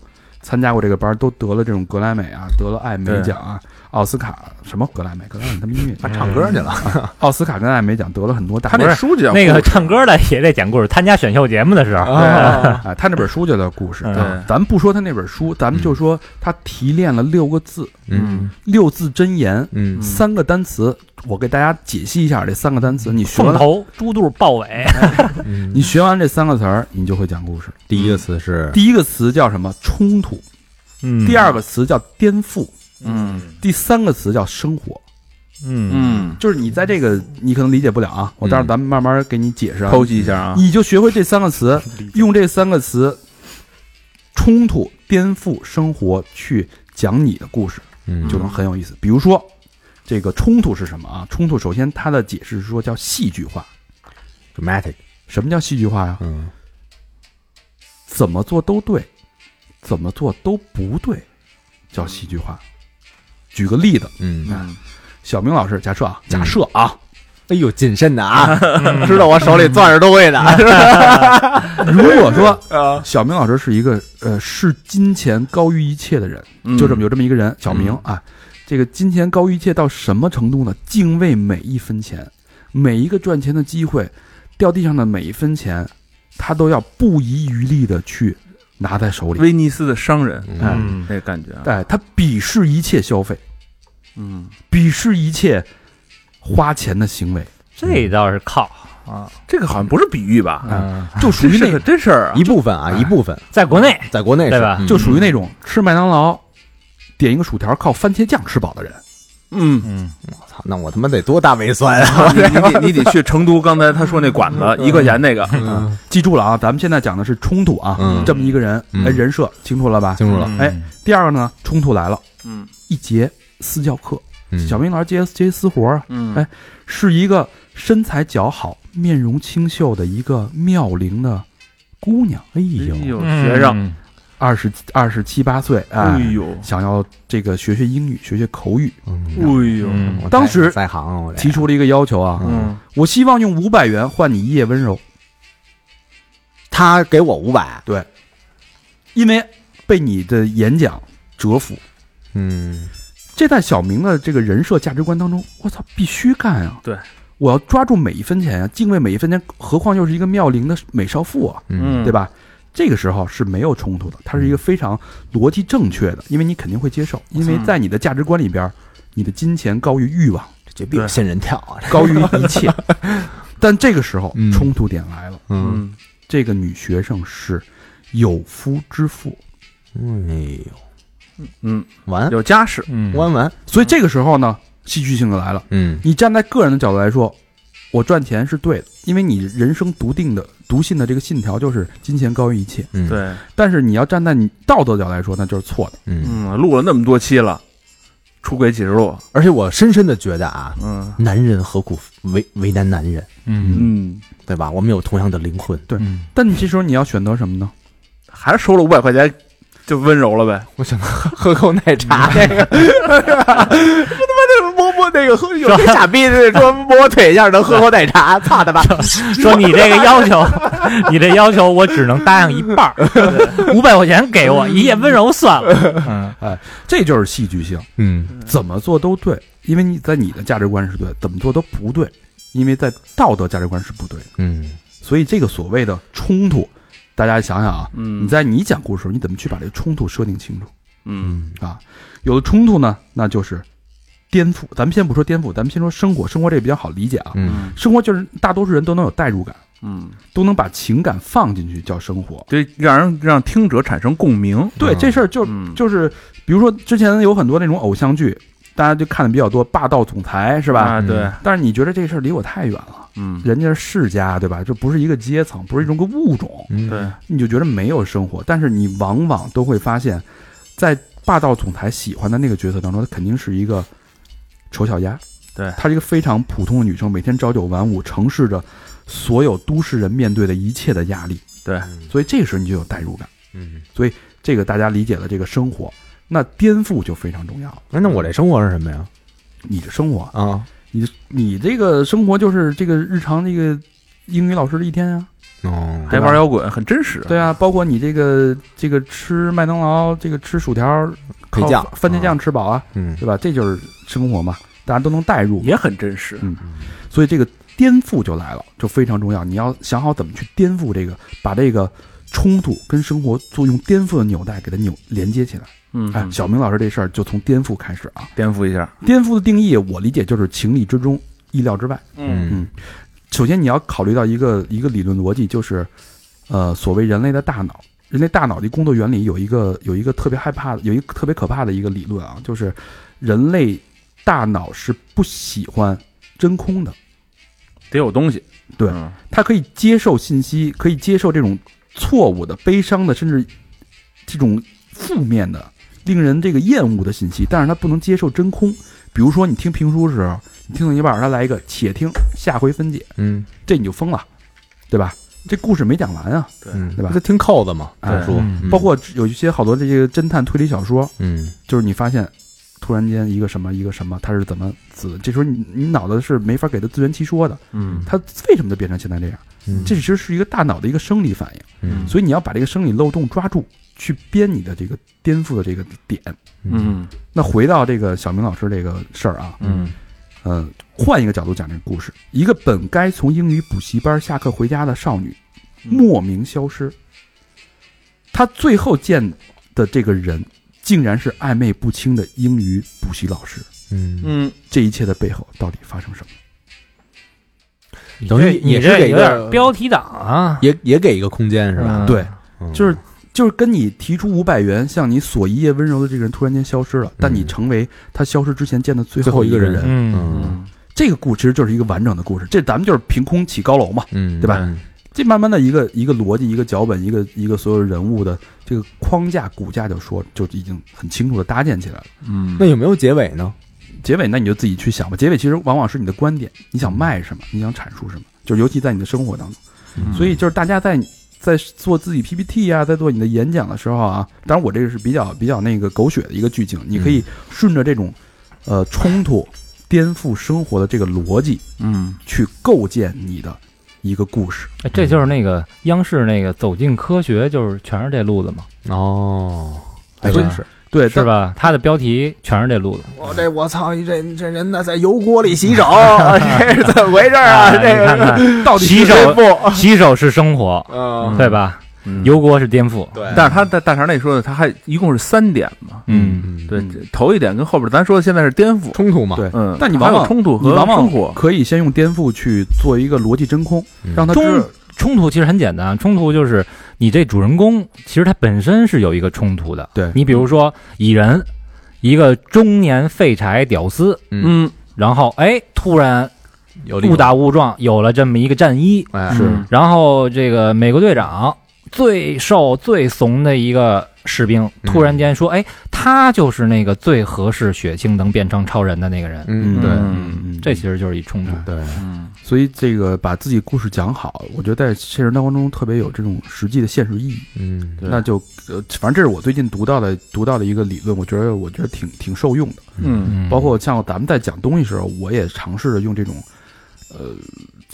参加过这个班，都得了这种格莱美啊，得了艾美奖啊、奥斯卡什么格莱美、格莱美他们音乐
他唱歌去了。
奥斯卡跟艾美奖得了很多大
他
奖。
那书就叫
那个
故事
唱歌的也得讲故事，参加选秀节目的 时候，
啊
啊，他那本书就叫《故事》
哦嗯
啊，咱们不说他那本书，咱们就说他提炼了六个字，
嗯
六字真言，
嗯
三个单词，我给大家解析一下这三个单词。你学
凤
完，
头、猪肚、豹尾，
嗯
你学完这三个词儿，你就会讲故事。
第一个词是
第一个词叫什么？冲突。
嗯
第，二个词叫颠覆。
嗯
第三个词叫生活。
嗯
嗯，
就是你在这个，你可能理解不了啊。我待会儿咱们慢慢给你解释啊。
剖析一下啊，
你就学会这三个词，用这三个词“冲突”“颠覆”“生活”去讲你的故事，
嗯
就能很有意思。比如说，这个冲突是什么啊？冲突首先它的解释是说叫戏剧化。
dramatic。
什么叫戏剧化呀？
嗯
怎么做都对，怎么做都不对，叫戏剧化。举个例子，
嗯，
嗯
小明老师，假设啊，假设啊，
哎呦，谨慎的啊， 知道我手里攥着东西的。
如果说小明老师是一个呃视金钱高于一切的人，
嗯
嗯
就这么有这么一个人，小明啊，这个金钱高于一切到什么程度呢？敬畏每一分钱，每一个赚钱的机会，掉地上的每一分钱，他都要不遗余力的去拿在手里。
威尼斯的商人
哎
嗯
那感觉啊，
哎，他鄙视一切消费，
嗯，
鄙视一切花钱的行为，
这倒是靠啊，
这个好像不是比喻吧？
嗯，
就属
这
于
是
那
个
个，
真事儿啊
一，部分啊，一部分，
在国内，
在国内是
对吧
嗯
就属于那种吃麦当劳点一个薯条靠番茄酱吃饱的人。
嗯，
嗯，
我操，那我他妈得多大胃酸啊！
你你得你得去成都，刚才他说那馆子一块钱那个，
嗯
记住了啊，咱们现在讲的是冲突啊，
嗯
这么一个人，
嗯
哎，人设清楚了吧？
嗯
清楚了，
哎，第二个呢，冲突来了，
嗯
一节私教课，
嗯
小明老师接接私活儿啊，
嗯
哎是一个身材姣好、面容清秀的一个妙龄的姑娘
哎
哎
呦，
嗯
呦，学生，
二十二十七八岁，哎
哎，呦，
想要这个学学英语，学学口语，
哎
嗯，
呦，
我
当
在
时
在行啊，
哎
我这
提出了一个要求啊，
嗯，
我希望用五百元换你一夜温柔，
他给我五百，
因为被你的演讲折服。
嗯，
这在小明的这个人设价值观当中，我操，必须干啊！
对，
我要抓住每一分钱啊，敬畏每一分钱，何况又是一个妙龄的美少妇啊，
嗯
对吧？这个时候是没有冲突的，它是一个非常逻辑正确
嗯
的，因为你肯定会接受，因为在你的价值观里边，你的金钱高于欲望，
这绝逼有
对
仙人跳啊，
高于一 切。但这个时候
嗯
冲突点来了，
嗯，
这个女学生是有夫之妇，
哎呦，
嗯，
完
有家室，
嗯
完完，
所以这个时候呢，戏剧性的来了。
嗯
你站在个人的角度来说，我赚钱是对的，因为你人生笃定的、笃信的这个信条就是金钱高于一切。
嗯，
对，
但是你要站在你道德角度来说，那就是错的。
嗯，
嗯，录了那么多期了，出轨几十录，
而且我深深的觉得啊，
嗯
男人何苦为为难男人，
嗯
嗯，
对吧？我们有同样的灵魂，
嗯，
但你这时候你要选择什么呢？
还是收了五百块钱，就温柔了呗。
我想喝口奶茶那个，我他妈的摸摸那个喝，有那傻逼的说摸我腿一下能喝口奶茶， 操他妈！
说你这个要求， 你这要求我只能答应一半儿，五百块钱给我，一夜温柔算了。嗯
这就是戏剧性，
嗯
怎么做都对，因为你在你的价值观是对的，怎么做都不对，因为在道德价值观是不对的。
嗯
所以这个所谓的冲突，大家想想啊，
嗯
你在你讲故事的时候，你怎么去把这个冲突设定清楚？
嗯
嗯
啊，有了冲突呢，那就是颠覆。咱们先不说颠覆，咱们先说生活。生活这个比较好理解啊，
嗯
生活就是大多数人都能有代入感，
嗯，
都能把情感放进去，叫生活。
对，让人让听者产生共鸣，
对，
嗯
这事儿就
嗯
就是，比如说之前有很多那种偶像剧，大家就看的比较多，霸道总裁是
是
吧？
啊
吧？对，
嗯
但是你觉得这事儿离我太远了，
嗯，
人家是世家，对吧？这不是一个阶层，不是一种个物种，
嗯，
对，
你就觉得没有生活。但是你往往都会发现，在霸道总裁喜欢的那个角色当中，他肯定是一个丑小鸭。
对
她是一个非常普通的女生，每天朝九晚五，承受着所有都市人面对的一切的压力。
对
所以这个时候你就有代入感，
嗯。
这个大家理解了这个生活。那颠覆就非常重要了。
哎那我这生活是什么呀？
你的生活，
啊，
你你这个生活就是这个日常这个英语老师的一天啊，
哦，
还玩摇滚，很真实。
对啊，包括你这个这个吃麦当劳，这个吃薯条，
配
靠
酱
番茄酱吃饱啊，
嗯
对吧？这就是生活嘛，大家都能代入嘛。
也很真实。
所以这个颠覆就来了，就非常重要。你要想好怎么去颠覆这个，把这个冲突跟生活作用颠覆的纽带给它扭连接起来。
嗯
哎，小明老师这事儿就从颠覆开始啊。
颠覆一下。
颠覆的定义，我理解就是情理之中，意料之外。
嗯
首先，你要考虑到一个一个理论逻辑，就是，呃，所谓人类的大脑，人类大脑的工作原理有一个有一个特别害怕的，有一个特别可怕的一个理论啊，就是人类大脑是不喜欢真空的。
得有东西。
对
嗯
他可以接受信息，可以接受这种错误的、悲伤的，甚至这种负面的、令人这个厌恶的信息，但是他不能接受真空。比如说，你听评书的时候，你听到一半儿，他来一个“且听下回分解
嗯”，
这你就疯了，对吧？这故事没讲完啊，
嗯，
对吧
这听扣子嘛，
哎
这书
嗯
包括有一些好多这些侦探推理小说，
嗯
就是你发现突然间一个什么一个什么，他是怎么死的，这时候你你脑子是没法给他自圆其说的，
嗯
他为什么就变成现在这样？
嗯，
这其实是一个大脑的一个生理反应。
嗯
所以你要把这个生理漏洞抓住，去编你的这个颠覆的这个点。
嗯
那回到这个小明老师这个事儿啊，
嗯
呃，换一个角度讲这个故事，一个本该从英语补习班下课回家的少女，莫名消失。她最后见的这个人，竟然是暧昧不清的英语补习老师。
嗯，
嗯，
这一切的背后到底发生什么？
等于
你
也是
这
给一
有
个
点标题党啊，
也也给一个空间是吧？
嗯
对，
嗯
就是就是跟你提出五百元向你索一夜温柔的这个人突然间消失了，但你
嗯
成为他消失之前见的最
最后
后
一
一
个
个
人
人。
嗯
这个故事其实就是一个完整的故事，这咱们就是凭空起高楼嘛，
嗯，
对吧
嗯？
这慢慢的一个一个逻辑、一个脚本、一个一个所有人物的这个框架骨架，就说就已经很清楚的搭建起来了。
嗯
那有没有结尾呢？
结尾那你就自己去想吧，结尾其实往往是你的
嗯
观点，你想卖什么，你想阐述什么，就尤其在你的生活当中，所以就是大家在在做自己 PPT 啊，在做你的演讲的时候啊，当然我这个是比较比较那个狗血的一个剧情，你可以顺着这种呃冲突、颠覆生活的这个逻辑
嗯，
去构建你的一个故事。
哎这就是那个央视那个《走进科学》，就是全是这路子嘛，
哦，还
所以
真是
对，
是吧？它的标题全是这路子。
我这我操，这这人呢在油锅里 洗手，这是怎么回事 啊？
哎
这
你看
个
看，
到底
洗
是
手
颠覆，
洗手是生活，
嗯，
对吧？
嗯
油锅是颠覆，
对，
但是他在大肠那说的，他还一共是三点嘛，
嗯，
对，这头一点跟后边咱说的现在是颠覆，
冲突嘛，
对
嗯，
但你往往
还有冲突
你
和
往
生
往
活，
可以先用颠覆去做一个逻辑真空，
嗯
让他知
冲冲突其实很简单，冲突就是你这主人公其实他本身是有一个冲突的。
对
你比如说蚁人，一个中年废柴屌丝，
嗯，
然后哎突然
有理由
误打误撞有了这么一个战衣，
哎
是
然后这个美国队长最瘦最怂的一个士兵，突然间说：“哎，他就是那个最合适血清能变成超人的那个人。
嗯对
嗯
这其实就是一冲突。
对，
嗯
所以这个把自己故事讲好，我觉得在现实当中特别有这种实际的现实意义。
嗯
对
那就呃，反正这是我最近读到的读到的一个理论，我觉得我觉得挺挺受用的。
嗯
嗯
包括像咱们在讲东西时候，我也尝试着用这种呃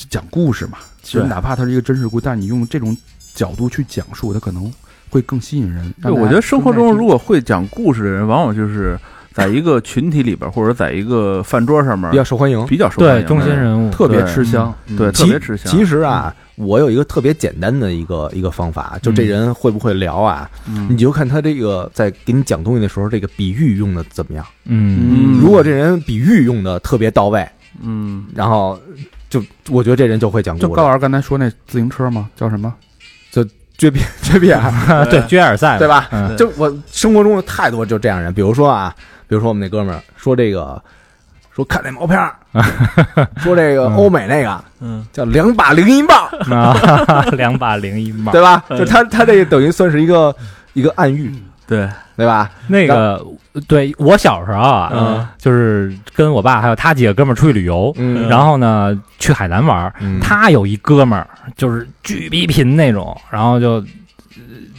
讲故事嘛，其实
对
哪怕它是一个真实故事，但你用这种角度去讲述，它可能会更吸引人。
对，
让大家
我觉得生活中
更耐
如果会讲故事的人，往往就是在一个群体里边，或者在一个饭桌上面
比较受欢迎，
比较受欢
对
迎，
中心人物
听特别吃香，
对，特
其
别吃香。
其实啊，我有一个特别简单的一个一个方法，就这人会不会聊啊？
嗯
你就看他这个在给你讲东西的时候，这个比喻用的怎么样。
嗯，
嗯
如果这人比喻用的特别到位，
嗯，
然后就我觉得这人就会讲故
就
事。
高老师刚才说那自行车吗？叫什么？
倔皮 倔皮啊，
对，居尔赛嘛
对？吧？
嗯
就我生活中有太多就这样人，比如说啊，比如说我们那哥们儿说这个，说看那毛 片儿，说这个欧美那个，
嗯，
叫两把零一棒，
啊， 两把零一帽。
对吧？就他他这个等于算是一个一个暗
嗯
喻，
对，
对吧？
那个，对我小时候
嗯
啊，就是跟我爸还有他几个哥们儿出去旅游，
嗯
然后呢去海南玩儿，
嗯
他有一哥们儿，就是巨逼贫那种，然后就、呃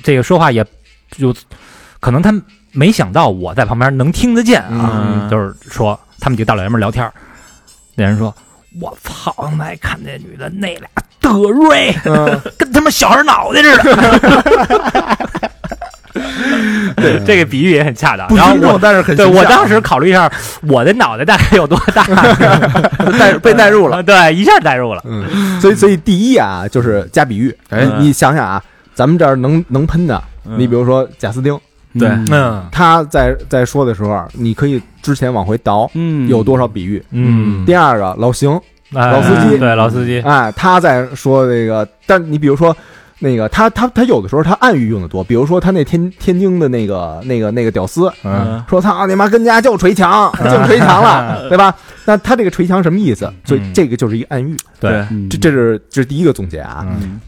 这个说话也就可能他没想到我在旁边能听得见啊，
嗯
就是说他们几个大老爷们儿聊天儿，那人说：“我操，刚才看那女的那俩德 瑞，
呃
跟他妈小孩脑袋似的。” 对，这个比喻也很恰当。然后我。
但是很
对我当时考虑一下，我的脑袋大概有多大，带 被带入了，对，一下带入了。
嗯，所以所以第一啊，就是加比喻，
哎
你你想想啊，咱们这儿能能喷的，你比如说贾斯汀，
对
嗯
他在在说的时候，啊你可以之前往回倒，
嗯
有多少比喻。
嗯，
第二个老邢，
哎
老司机
对老司机，
哎，他在说这个，但你比如说那个他他他有的时候他暗喻用的多，比如说他那天天津的那个那个那个屌丝
嗯，
说操你妈跟家就捶墙就捶墙 了，对吧？那他这个捶墙什么意思？所以
嗯
这个就是一个暗喻，
对，
嗯
这这是这是第一个总结啊。
嗯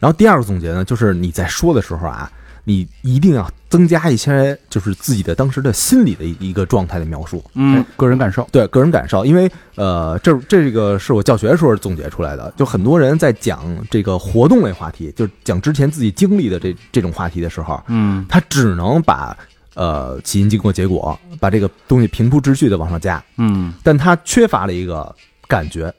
然后第二个总结呢，就是你在说的时候啊，你一定要增加一些就是自己的当时的心理的一一个状态的描述，
嗯
个人感受。
对个人感受，因为呃，这这个是我教学的时候总结出来的，就很多人在讲这个活动类话题，就是讲之前自己经历的这这种话题的时候，
嗯
他只能把呃起因、经过、结果，把这个东西平铺直叙的往上加，
嗯
但他缺乏了一个感觉，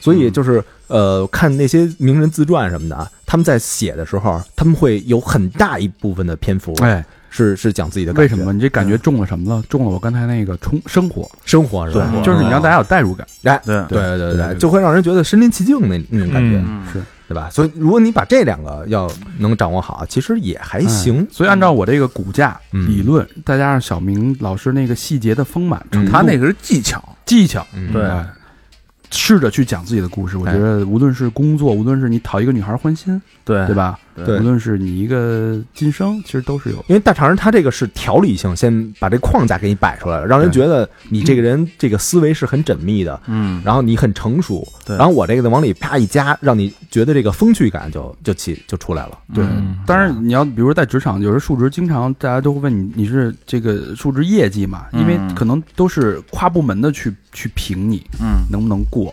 所以就是呃，看那些名人自传什么的啊，他们在写的时候，他们会有很大一部分的篇幅，，
哎，
是是讲自己的感
为
觉嗯
什么你这感觉中了什么了？中了我刚才那个冲生活，
生活是吧？
对
就是你让大家有代入感。
对
对对对
对
对，
对
就会让人觉得身临其境那那种感觉，
嗯
是
对吧？所以如果你把这两个要能掌握好，其实也
哎
还哎行。
嗯所以按照我这个骨架
嗯
理论，再加上小明老师那个细节的丰满程
嗯
度，
他那个是技巧，
技巧，
嗯
对
哎试着去讲自己的故事。
哎
我觉得无论是工作，无论是你讨一个女孩欢心，
对
对？吧？
对
无论是你一个晋升，其实都是有。
因为大肠他这个是条理性，先把这框架给你摆出来了，让人觉得你这个人这个思维是很缜密的，
嗯，
然后你很成熟，
对
然后我这个呢往里啪一加，让你觉得这个风趣感就就起就出来了。
对
嗯，
当然你要比如说在职场，有时候述职经常大家都会问你，你是这个述职业绩嘛？因为
嗯
可能都是跨部门的去去评你，
嗯
能不能过。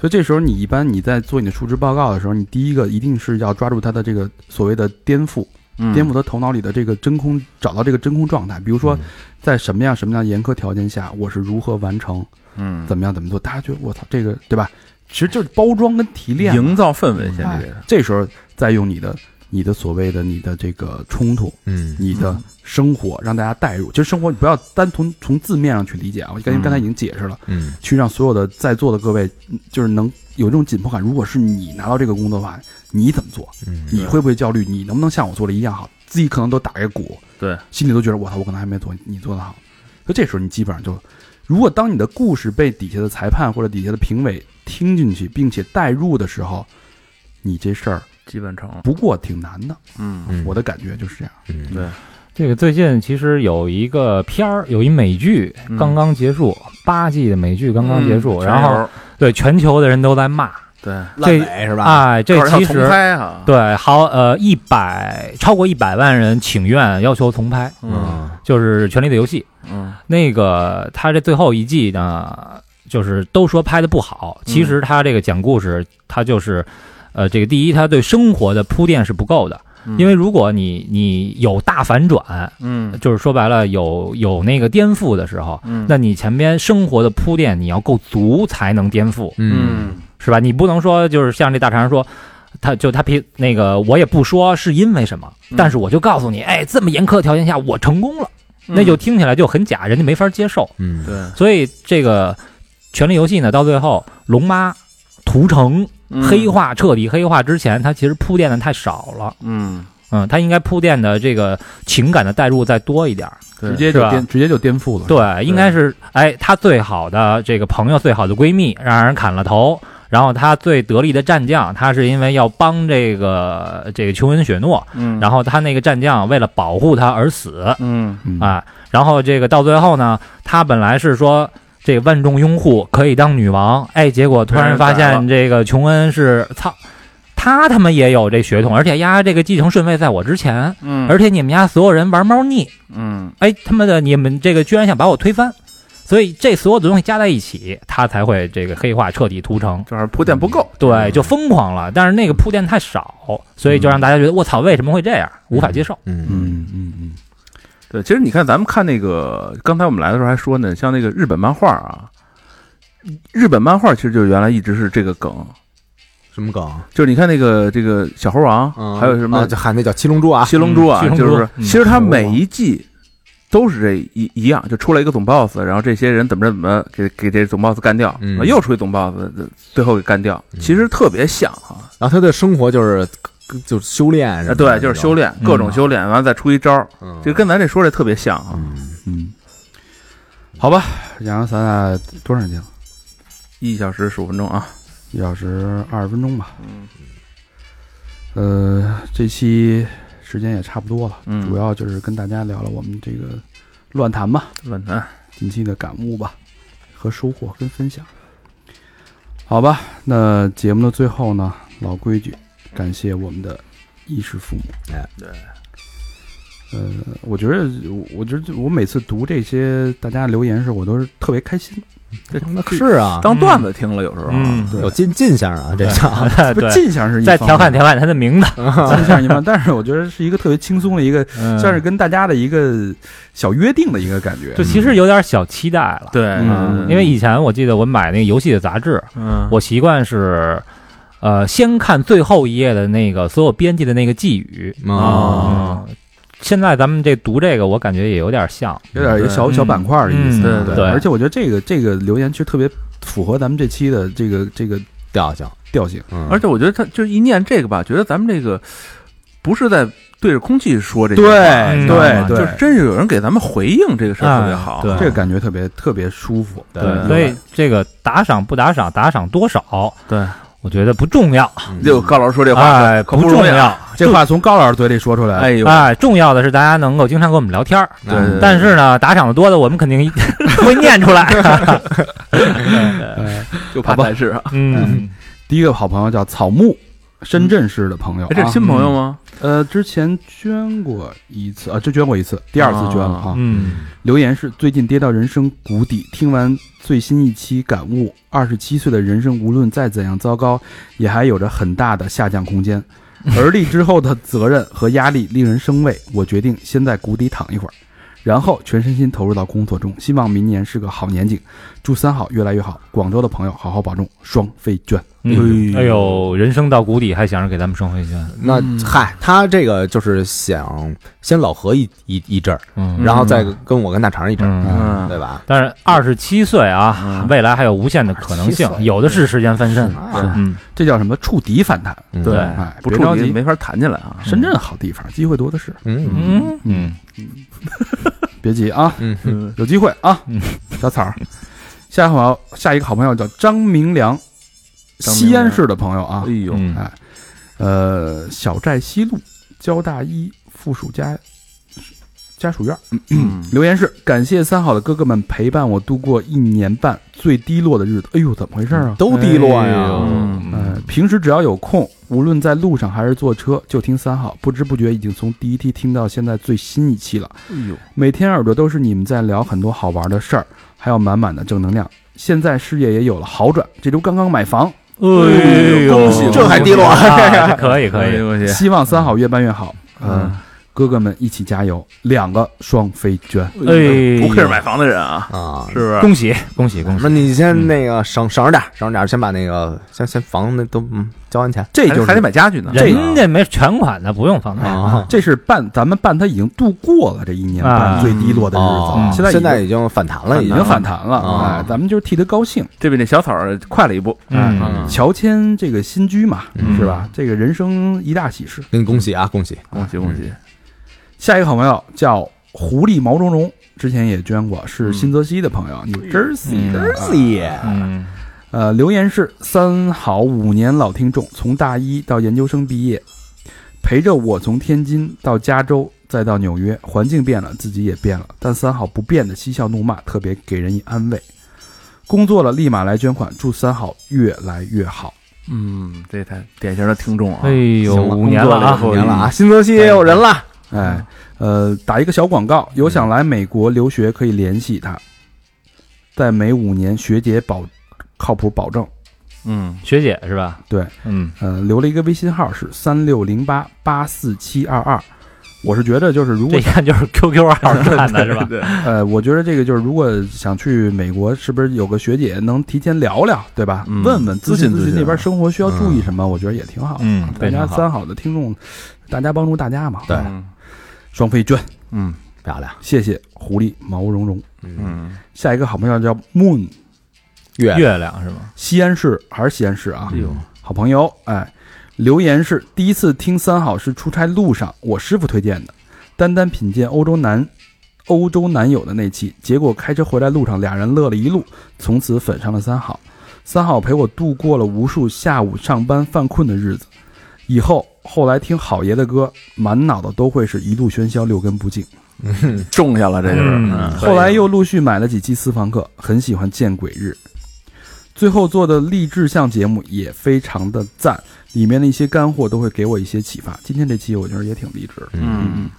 所以这时候你一般你在做你的述职报告的时候，你第一个一定是要抓住他的这个所谓的颠覆，
嗯
颠覆他头脑里的这个真空，找到这个真空状态。比如说，
嗯
在什么样什么样严苛条件下，我是如何完成，
嗯，
怎么样怎么做，大家觉得我操这个对吧？其实就是包装跟提炼啊嘛。
营造氛围，现在这个是
这时候再用你的你的所谓的你的这个冲突，
嗯
你的生活让大家带入。其实生活你不要单从从字面上去理解啊，我刚才
嗯
刚才已经解释了，
嗯
去让所有的在座的各位嗯就是能有这种紧迫感。如果是你拿到这个工作的话，你怎么做？
嗯
你会不会焦虑？你能不能像我做的一样好？自己可能都打一个鼓，
对，
心里都觉得我操，我可能还没做你做的好。所以这时候你基本上就，如果当你的故事被底下的裁判或者底下的评委听进去，并且带入的时候，你这事儿
基本成了。
不过挺难的。
嗯
嗯
我的感觉就是这样。
嗯
这个最近其实有一个片儿，有一美剧
嗯
刚刚结束，八季的美剧刚刚结束，
嗯
然
全
后
油
对全球的人都在骂，
对，
烂尾是吧？
哎，这
告诉他
其
重
实
拍啊，
对好呃一百超过一百万人请愿要求重拍，
嗯
就是《权力的游戏》
嗯
那个他这最后一季呢，就是都说拍的不
嗯
好，其实他这个讲故事，他就是。呃，这个第一，他对生活的铺垫是不够的，
嗯，
因为如果你你有大反转，
嗯
就是说白了有有那个颠覆的时候，
嗯
那你前边生活的铺垫你要够足才能颠覆，
嗯
嗯
是吧？你不能说就是像这大肠说，他就他批那个我也不说是因为什么，
嗯
但是我就告诉你，哎，这么严苛的条件下我成功了，
嗯
那就听起来就很假，人家没法接受。
嗯
对，
所以这个《权力游戏》呢，到最后龙妈屠城
嗯
黑化彻底黑化之前，它其实铺垫的太少了。
嗯，
嗯，它应该铺垫的这个情感的代入再多一点儿。
对
直接
是
就
吧
颠，直接就颠覆了。，
嗯
对，应该是哎，她最好的这个朋友、最好的闺蜜让人砍了头，然后她最得力的战将，她是因为要帮这个这个琼恩·雪诺，
嗯，
然后她那个战将为了保护她而死，
嗯
嗯，
啊，然后这个到最后呢，她本来是说这个万众拥护可以当女王，哎，结果突然发
被人宰了
现这个琼恩是操，她他妈也有这血统，而且丫这个继承顺位在我之前，
嗯，
而且你们家所有人玩猫腻，
嗯
哎，他妈的你们这个居然想把我推翻，所以这所有的东西加在一起，她才会这个黑化彻底屠城。
就是铺垫不够，嗯
对，就疯狂了，但是那个铺垫太少，所以就让大家觉得我操，为什么会这样，无法接受。
嗯
嗯嗯嗯，
对，其实你看，咱们看那个，刚才我们来的时候还说呢，像那个日本漫画啊，日本漫画其实就原来一直是这个梗，
什么梗？
就是你看那个这个小猴王，
嗯
还有什
啊
么
就喊那叫七龙珠啊？
七龙珠啊，
嗯七龙珠
就是
嗯
其实它每一季都是这一一样，就出来一个总 boss，然后这些人怎么着怎么给给这总 boss 干掉，
嗯
又出一总 boss，最后给干掉，
嗯
其实特别像啊，
然后他的生活就是呃就是修炼什么
啊
的，
对，就是修炼，
嗯
各种修炼，完了再出一招，
嗯，
就跟咱这说这特别像啊，
嗯
嗯，好吧，然后咱俩多长时间了？
一小时十五分钟啊，
一小时二十分钟吧。嗯，呃，这期时间也差不多了，
嗯
主要就是跟大家聊了我们这个乱谈吧，
论坛，
近期的感悟吧，和收获跟分享。好吧，那节目的最后呢，老规矩，感谢我们的衣食父母。
哎，
对。
呃，我觉得，我觉得我每次读这些大家留言的时，候，我都是特别开心。
那是啊，
当段子听了，有时候啊，
嗯，
对
有进进项啊，这叫
不
哎对
是，进项是一
再
方
调侃
面
调侃他的名字，
进项一方面，但是我觉得是一个特别轻松的一个
嗯
算是跟大家的一个小约定的一个感觉。
就其实有点小期待了。
对，
嗯
因为以前我记得我买那个游戏的杂志，
嗯，
我习惯是，呃，先看最后一页的那个所有编辑的那个寄语。
哦
嗯现在咱们这读这个，我感觉也有点像。
有点一个小
嗯
小板块的意思，啊
嗯对
对
而且我觉得这个这个留言其实特别符合咱们这期的这个这个
调性，
调性。
嗯
而且我觉得他就是一念这个吧，觉得咱们这个不是在对着空气说这些
对
哎
话
嗯
对
嗯
对，就是真是有人给咱们回应这个事儿特别
哎
好，
对
这个感觉特别特别舒服，
嗯
对
所以这个打赏不打赏，打赏多少，
对，
我觉得不重要，
嗯
就高老师说这话
哎，
可
不
容
重
易啊，
要，
这话从高老师嘴里说出来，
哎呦，
哎，重要的是大家能够经常跟我们聊天儿。
对对对
但是呢，打赏的多的，我们肯定 会念 出来。
嗯
就怕但是啊，
嗯，
第一个好朋友叫草木，深圳市的朋友啊，
哎，这是新朋友吗？
呃，之前捐过一次啊，就捐过一次，第二次捐了啊。
嗯，
留言是最近跌到人生谷底，听完最新一期感悟，二十七岁的人生无论再怎样糟糕，也还有着很大的下降空 间。而立之后的责任和压力令人生畏，我决定先在谷底躺一会儿，然后全身心投入到工作中。希望明年是个好年景，祝三好越来越好。广州的朋友好好保重，双飞娟。
嗯哎呦，人生到谷底还想着给咱们生回去，
那嗨，他这个就是想先老何一一一阵儿，
嗯，
然后再跟我跟大肠一阵儿，
嗯，
嗯
对吧？
但是二十七岁啊，未来还有无限的可能性
27，岁
有的是时间翻身。
啊
嗯，
这叫什么触底反弹？
嗯
对
哎，
不
别
处
着
理
急，
没法谈起来啊。
深圳好地方，机会多的是，
嗯
嗯嗯，
别急啊，
嗯嗯
有机会啊
嗯，
小草儿。下一个好，下一个好朋友叫张明良，
张明良
西安市的朋友啊
哎，呦，
嗯
哎，呃，小寨西路交大一附属家家属院。
嗯
留言是：感谢三好的哥哥们陪伴我度过一年半最低落的日子。哎呦，怎么回事啊？
都低落
哎呦
呀，
呃，平时只要有空，无论在路上还是坐车，就听三好。不知不觉已经从第一期听到现在最新一期了。
哎呦，
每天耳朵都是你们在聊很多好玩的事儿，还有满满的正能量。现在事业也有了好转，这周刚刚买房，
哎呦，
恭喜
这还低落
啊这可以可以，
可以，
希望三好越办越好。呃
嗯，
哥哥们一起加油，两个双飞娟。
哎，
不愧是买房的人啊，
啊。
是不是？
恭喜恭喜恭喜
那！你先那个省省着点儿，省着点儿，先把那个先先房那都嗯交完钱
这
还
哎就
得还得
是
买家具呢。
人家没全款的，不用放贷。
啊。
这是办咱们办他已经度过了这一年半
啊
最低落的日子，
哦
现在已
现
经
在已经反弹了，
已
已
经
经
反弹了。
啊
哎，咱们就是替他高兴。
这比那小草儿快了一步。
嗯，
嗯
乔迁这个新居嘛，
嗯
是吧？这个人生一大喜事。
给你恭喜啊，恭喜！
恭喜恭喜！
下一个好朋友叫狐狸毛茸茸，之前也捐过，是新泽西的朋友，你真是
嗯
啊
嗯，
呃，留言是三好五年老听众，从大一到研究生毕业，陪着我从天津到加州，再到纽约，环境变了，自己也变了，但三好不变的嬉笑怒骂，特别给人以安慰。工作了，立马来捐款，祝三好越来越好。
嗯，这才典型的听众啊
哎。呦，
行了
五年了啊，
五年了
嗯
啊，新泽西也有人了，
哎，呃，打一个小广告，有想来美国留学可以联系他，在每五年学姐保靠谱保证。
嗯，
学姐是吧？
对，
嗯，
呃，留了一个微信号是三六零八八四七二二。我是觉得就是如
这
果
一看就是 QQ 号看的是吧？
对，
呃，我觉得这个就是如果想去美国，是不是有个学姐能提前聊聊，对吧？
嗯
问问
咨
咨询
询咨
咨询
询
那边生活需要注意什么，我觉得也挺好的。
嗯，
大
非
家
常好。
三好的听众，大家帮助大家嘛。嗯
对
双飞娟，
嗯
漂亮，
谢谢狐狸毛茸茸。
嗯，
下一个好朋友叫 Moon，
月
月亮是吗？
西安市还是西安市啊？
哎呦，
好朋友，哎，留言是第一次听三好是出差路上我师傅推荐的，单单品鉴欧洲男欧洲男友的那期，结果开车回来路上俩人乐了一路，从此粉上了三好。三好陪我度过了无数下午上班犯困的日子，以后后来听好爷的歌，满脑子都会是一路喧嚣六根不净。
种下了这就是。
嗯
嗯
可以
后来又陆续买了几期私房课，很喜欢《见鬼日》。最后做的励志向节目也非常的赞，里面的一些干货都会给我一些启发。今天这期我觉得也挺励志的。
嗯，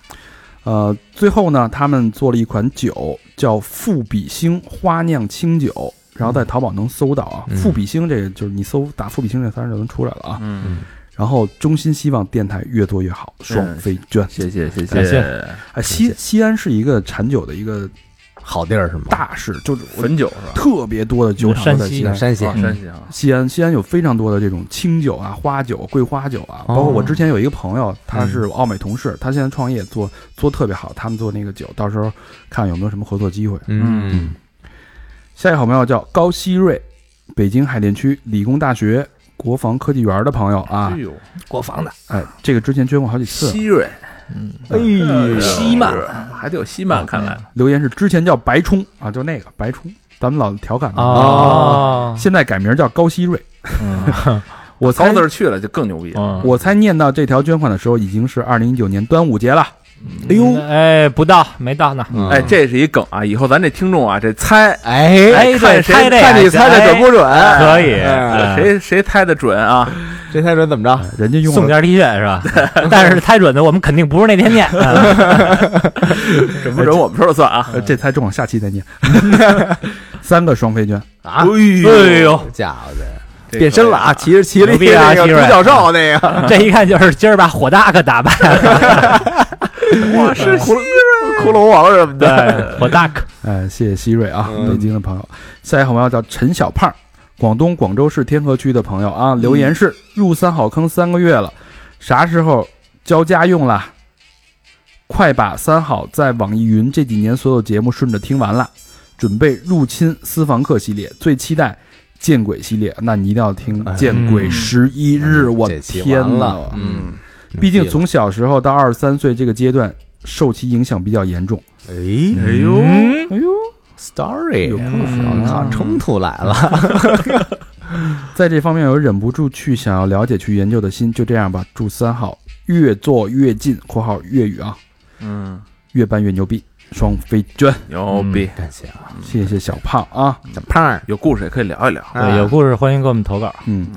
呃，最后呢，他们做了一款酒叫富比星花酿清酒，然后在淘宝能搜到啊。
嗯
富比星这个就是你搜打“富比星”这仨字就能出来了啊。
嗯，
然后衷心希望电台越做越好，双飞娟。
谢谢谢
感
谢
谢。
啊，西西安是一个产酒的一个
好地儿是吗？
大市，就是我
汾酒是吧？
特别多的酒厂都在西安。
山西
啊，山西啊，
西安西安有非常多的这种清酒啊、花酒、桂花酒啊，包括我之前有一个朋友，他是奥美同事，他现在创业做做特别好，他们做那个酒，到时候看有没有什么合作机会。
嗯，
下一个好朋友叫高希瑞，北京海淀区理工大学国防科技园的朋友啊
哎，呦，
国防的，
哎，这个之前捐过好几次，
希瑞，
哎呦，
西曼，还得有西
嗯
曼，看来
留言是之前叫白冲啊，就那个白冲，咱们老调侃他，
哦，
现在改名叫高希瑞。 我猜
高字儿去了就更牛逼。
嗯，
啊
哦我猜念到这条捐款的时候，已经是二零一九年端午节了。
哎呦，
哎，不到，没到那儿。
嗯
哎，这是一梗啊！以后咱这听众啊，这猜
哎，
哎，对，
看谁
猜这
看你猜的准不准？
可以嗯
哎
谁谁猜的准啊？
这猜准怎么着？
哎人家用
送
了
件 T 恤是吧？但是猜准的我们肯定不是那天念。嗯
准不准我们说了算啊！
嗯
呃这猜中了，下期再 念。三个双飞娟，
啊，
哎呦，
家伙的，变身了啊！骑着骑着
牛逼啊
那个
奇
独
瑞
角兽那个，
这一看就是今儿把火大可打败了。
我 是骷髅骷髅王什么的。
对，火大可
哎，谢谢希瑞啊，
嗯
北京的朋友。下一个好朋友叫陈小胖，广东广州市天河区的朋友啊，
嗯
留言是入三好坑三个月了，啥时候交家用啦？快把三好在网易云这几年所有节目顺着听完了，准备入侵私房课系列，最期待见鬼系列，那你一定要听
哎
见鬼
嗯
十一日，我
这期
天
完
呐！
了，嗯
嗯，
毕竟从小时候到二十三岁这个阶段，受其影响比较严重。
哎
哎呦，
嗯
哎呦，嗯
，story，
有故
事啊
我靠，冲突来了，
在这方面有忍不住去想要了解、去研究的心，就这样吧。祝三好越做越近（括号粤语啊），
嗯，
越办越牛逼，双飞娟，
哎牛逼！
嗯
感谢啊，
谢谢小胖啊，
小胖儿，啊
有故事也可以聊一聊。
哎
哎
对，有故事欢迎给我们投稿。
嗯。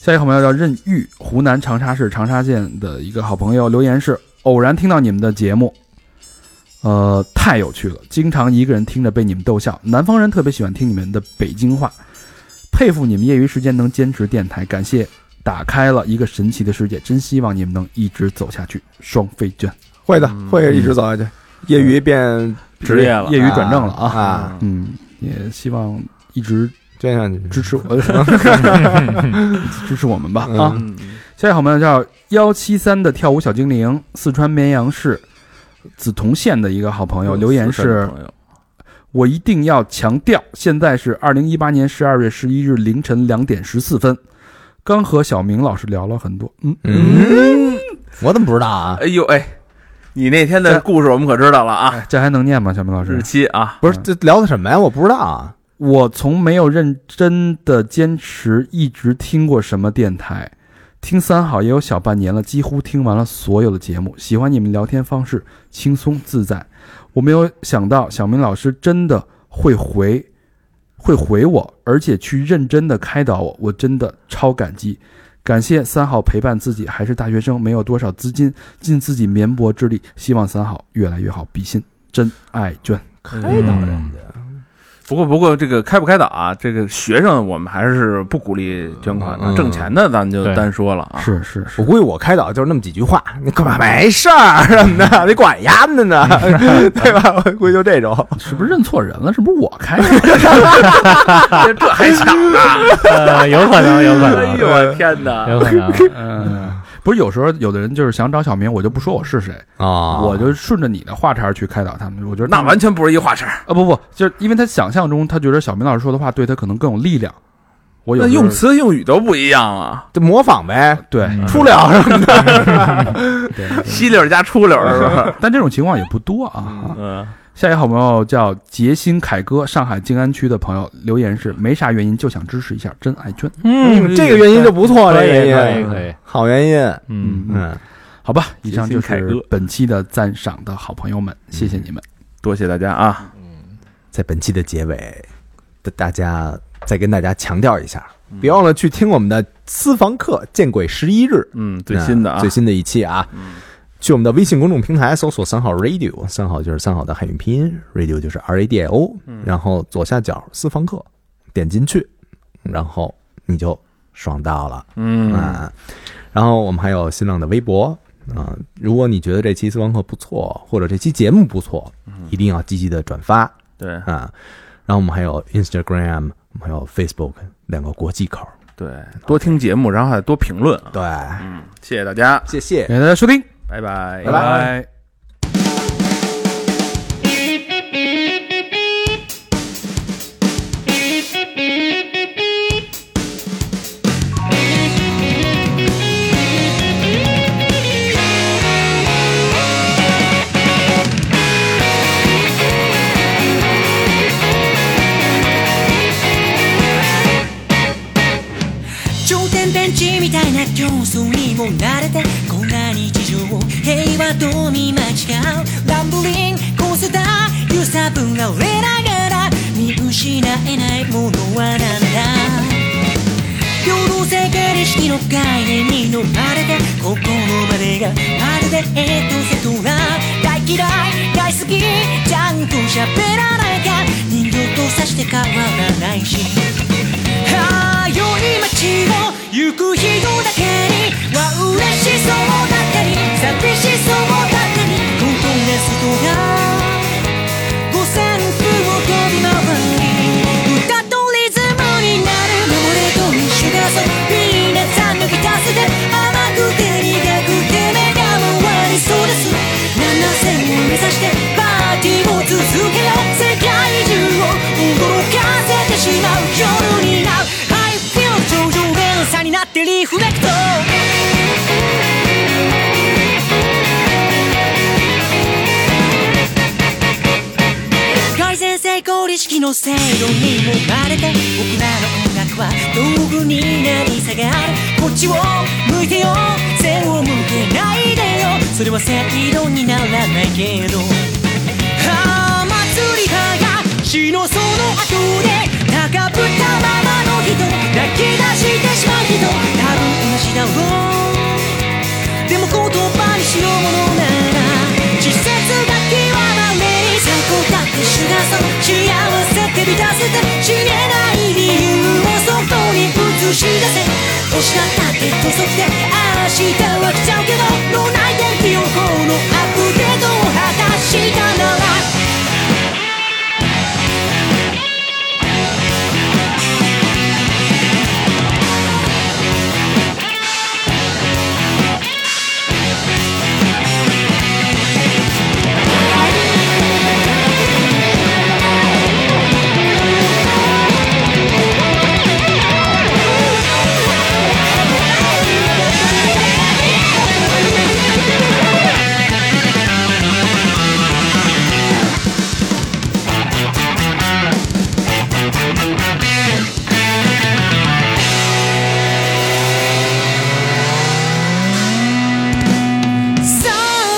下一个好朋友叫任玉，湖南长沙市长沙县的一个好朋友，留言是偶然听到你们的节目，呃，太有趣了，经常一个人听着被你们逗笑。南方人特别喜欢听你们的北京话，佩服你们业余时间能坚持电台，感谢打开了一个神奇的世界，真希望你们能一直走下去。双飞娟，
会的，会一直走下去，业余变
职业了
业余转正了啊，
嗯啊，
嗯，也希望一直
捐上去
支持 我，支持我们吧啊。
嗯
下一个好朋友叫幺七三的跳舞小精灵，四川绵阳市梓潼县的一个好朋友，留言是：我一定要强调，现在是二零一八年十二月十一日凌晨两点十四分。刚和小明老师聊了很多，嗯，
嗯，我怎么不知道啊？
哎呦哎，你那天的
这哎
故事我们可知道了啊，
这还能念吗？小明老师
日，期啊，
不是这聊的什么呀？我不知道啊。
我从没有认真的坚持一直听过什么电台，听三好也有小半年了，几乎听完了所有的节目。喜欢你们聊天方式，轻松自在。我没有想到小明老师真的会回，会回我，而且去认真的开导我，我真的超感激。感谢三好陪伴自己，还是大学生，没有多少资金，尽自己绵薄之力，希望三好越来越好。比心，真爱娟。
开导人家，
不过不过这个开不开导啊，这个学生我们还是不鼓励捐款
嗯
的，挣钱的咱们就
对
单说了啊。
是是是
我，估计我开导就是那么几句话，你干嘛没事儿什么的， 你管丫的 呢，对吧？我估计就这种，
是不是认错人了？是不是我开的？
这这还想呢？
呃，有可能，有可
哎
能，
呦我天哪！
有可能。
嗯，不是，有时候有的人就是想找小明，我就不说我是谁，
啊
我就顺着你的话茬儿去开导他们。我觉得
那完全不是一话事儿，
啊，不不，就是因为他想象中，他觉得小明老师说的话对他可能更有力量。我有
那
时候
用词用语都不一样啊，
就模仿呗，
对，
嗯
出溜什么的。
吸溜儿加出溜儿是 吧？
但这种情况也不多啊。
嗯，
下一个好朋友叫杰心凯哥，上海静安区的朋友留言是：没啥原因，就想支持一下真爱娟。
嗯，这个原因就不错，这
可以，可
个原
以，
因
可以。
好原因，
嗯，
嗯，
好吧，以上就
杰心凯
是
歌
本期的赞赏的好朋友们，谢谢你们。
多谢大家啊！
在本期的结尾，大家再跟大家强调一下，别忘了去听我们的私房课《见鬼十一日》
嗯，最新的
那
啊嗯
最，新的一期啊。去我们的微信公众平台搜索“三号 radio”，三号就是三号的汉语拼音，radio 就是 R A D I O，然
嗯
后左下角私房课，点进去，然后你就爽到了。
嗯，
啊。然后我们还有新浪的微博啊、如果你觉得这期私房课不错，或者这期节目不错，
嗯
一定要积极的转发
对
啊。然后我们还有 Instagram，我们还有 Facebook 两个国际口。
对，多听节目，然后还多评论啊。
对，
嗯，谢谢大家，
谢谢。
感谢大家收听，
拜拜，
拜拜
拜。
终点乾電池みたいな競争にも慣れてこんな日常を平和と見間違うランブリンコースター揺さぶられながら見失えないものはなんだ平等性形式の概念に飲まれてここまでがまるでエトセトラ大嫌い大好きちゃんと喋らないか人形とさして変わらないしはよい街を行く人だけには嬉しそうだったり寂しそうだったりコントラストが五線譜を飛び回り歌とリズムになる俺と一緒で遊びみんなさ抜き出すで甘くて苦くて目が回りそうです7000を目指してパーティーを続けよう世界中を驚かせてしまう夜になる I feel 頂上連鎖になってリフレクト改善成功意識の制度にもまれて僕らの音楽は道具になり下がるこっちを向いてよ背を向けないでよそれは正論にならないけどああ祭りはが死のその後で高ぶったままの人泣き出してしまう人多分同じだろうでも言葉にしようものなら稚拙が極まれ最高だってシュガーソー幸せって満たせて知れない理由をそこに映し出せ星だったって土足で明日は来ちゃうけど脳内天気予報のアップデートを果たしたならサ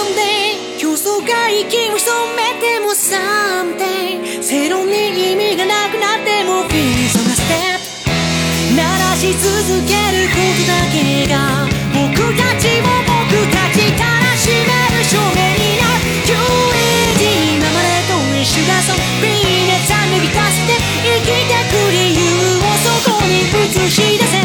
ンデー競争が息を潜めてもサンデー世論に意味がなくなってもフィーソがステップ鳴らし続けることだけが僕たちを僕たちからしめる証明になる QED 今までと一緒だぞビーネさ脱ぎ出して生きてく理由をそこに映し出せ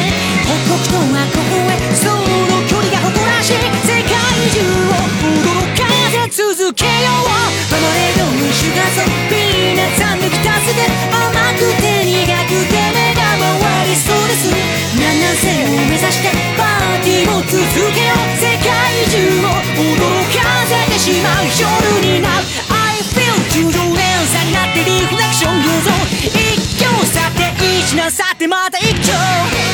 北国とはここへその距離が誇らしい世界中を驚かせ続けようママレードにシュガーソービーネさ抜き出すで甘くて苦くて目が回りそうです7000を目指してパーティーを続けよう世界中を驚かせてしまう夜になる I feel 中上連鎖になってリフレクション言うぞ一挙去って一難去ってまた一挙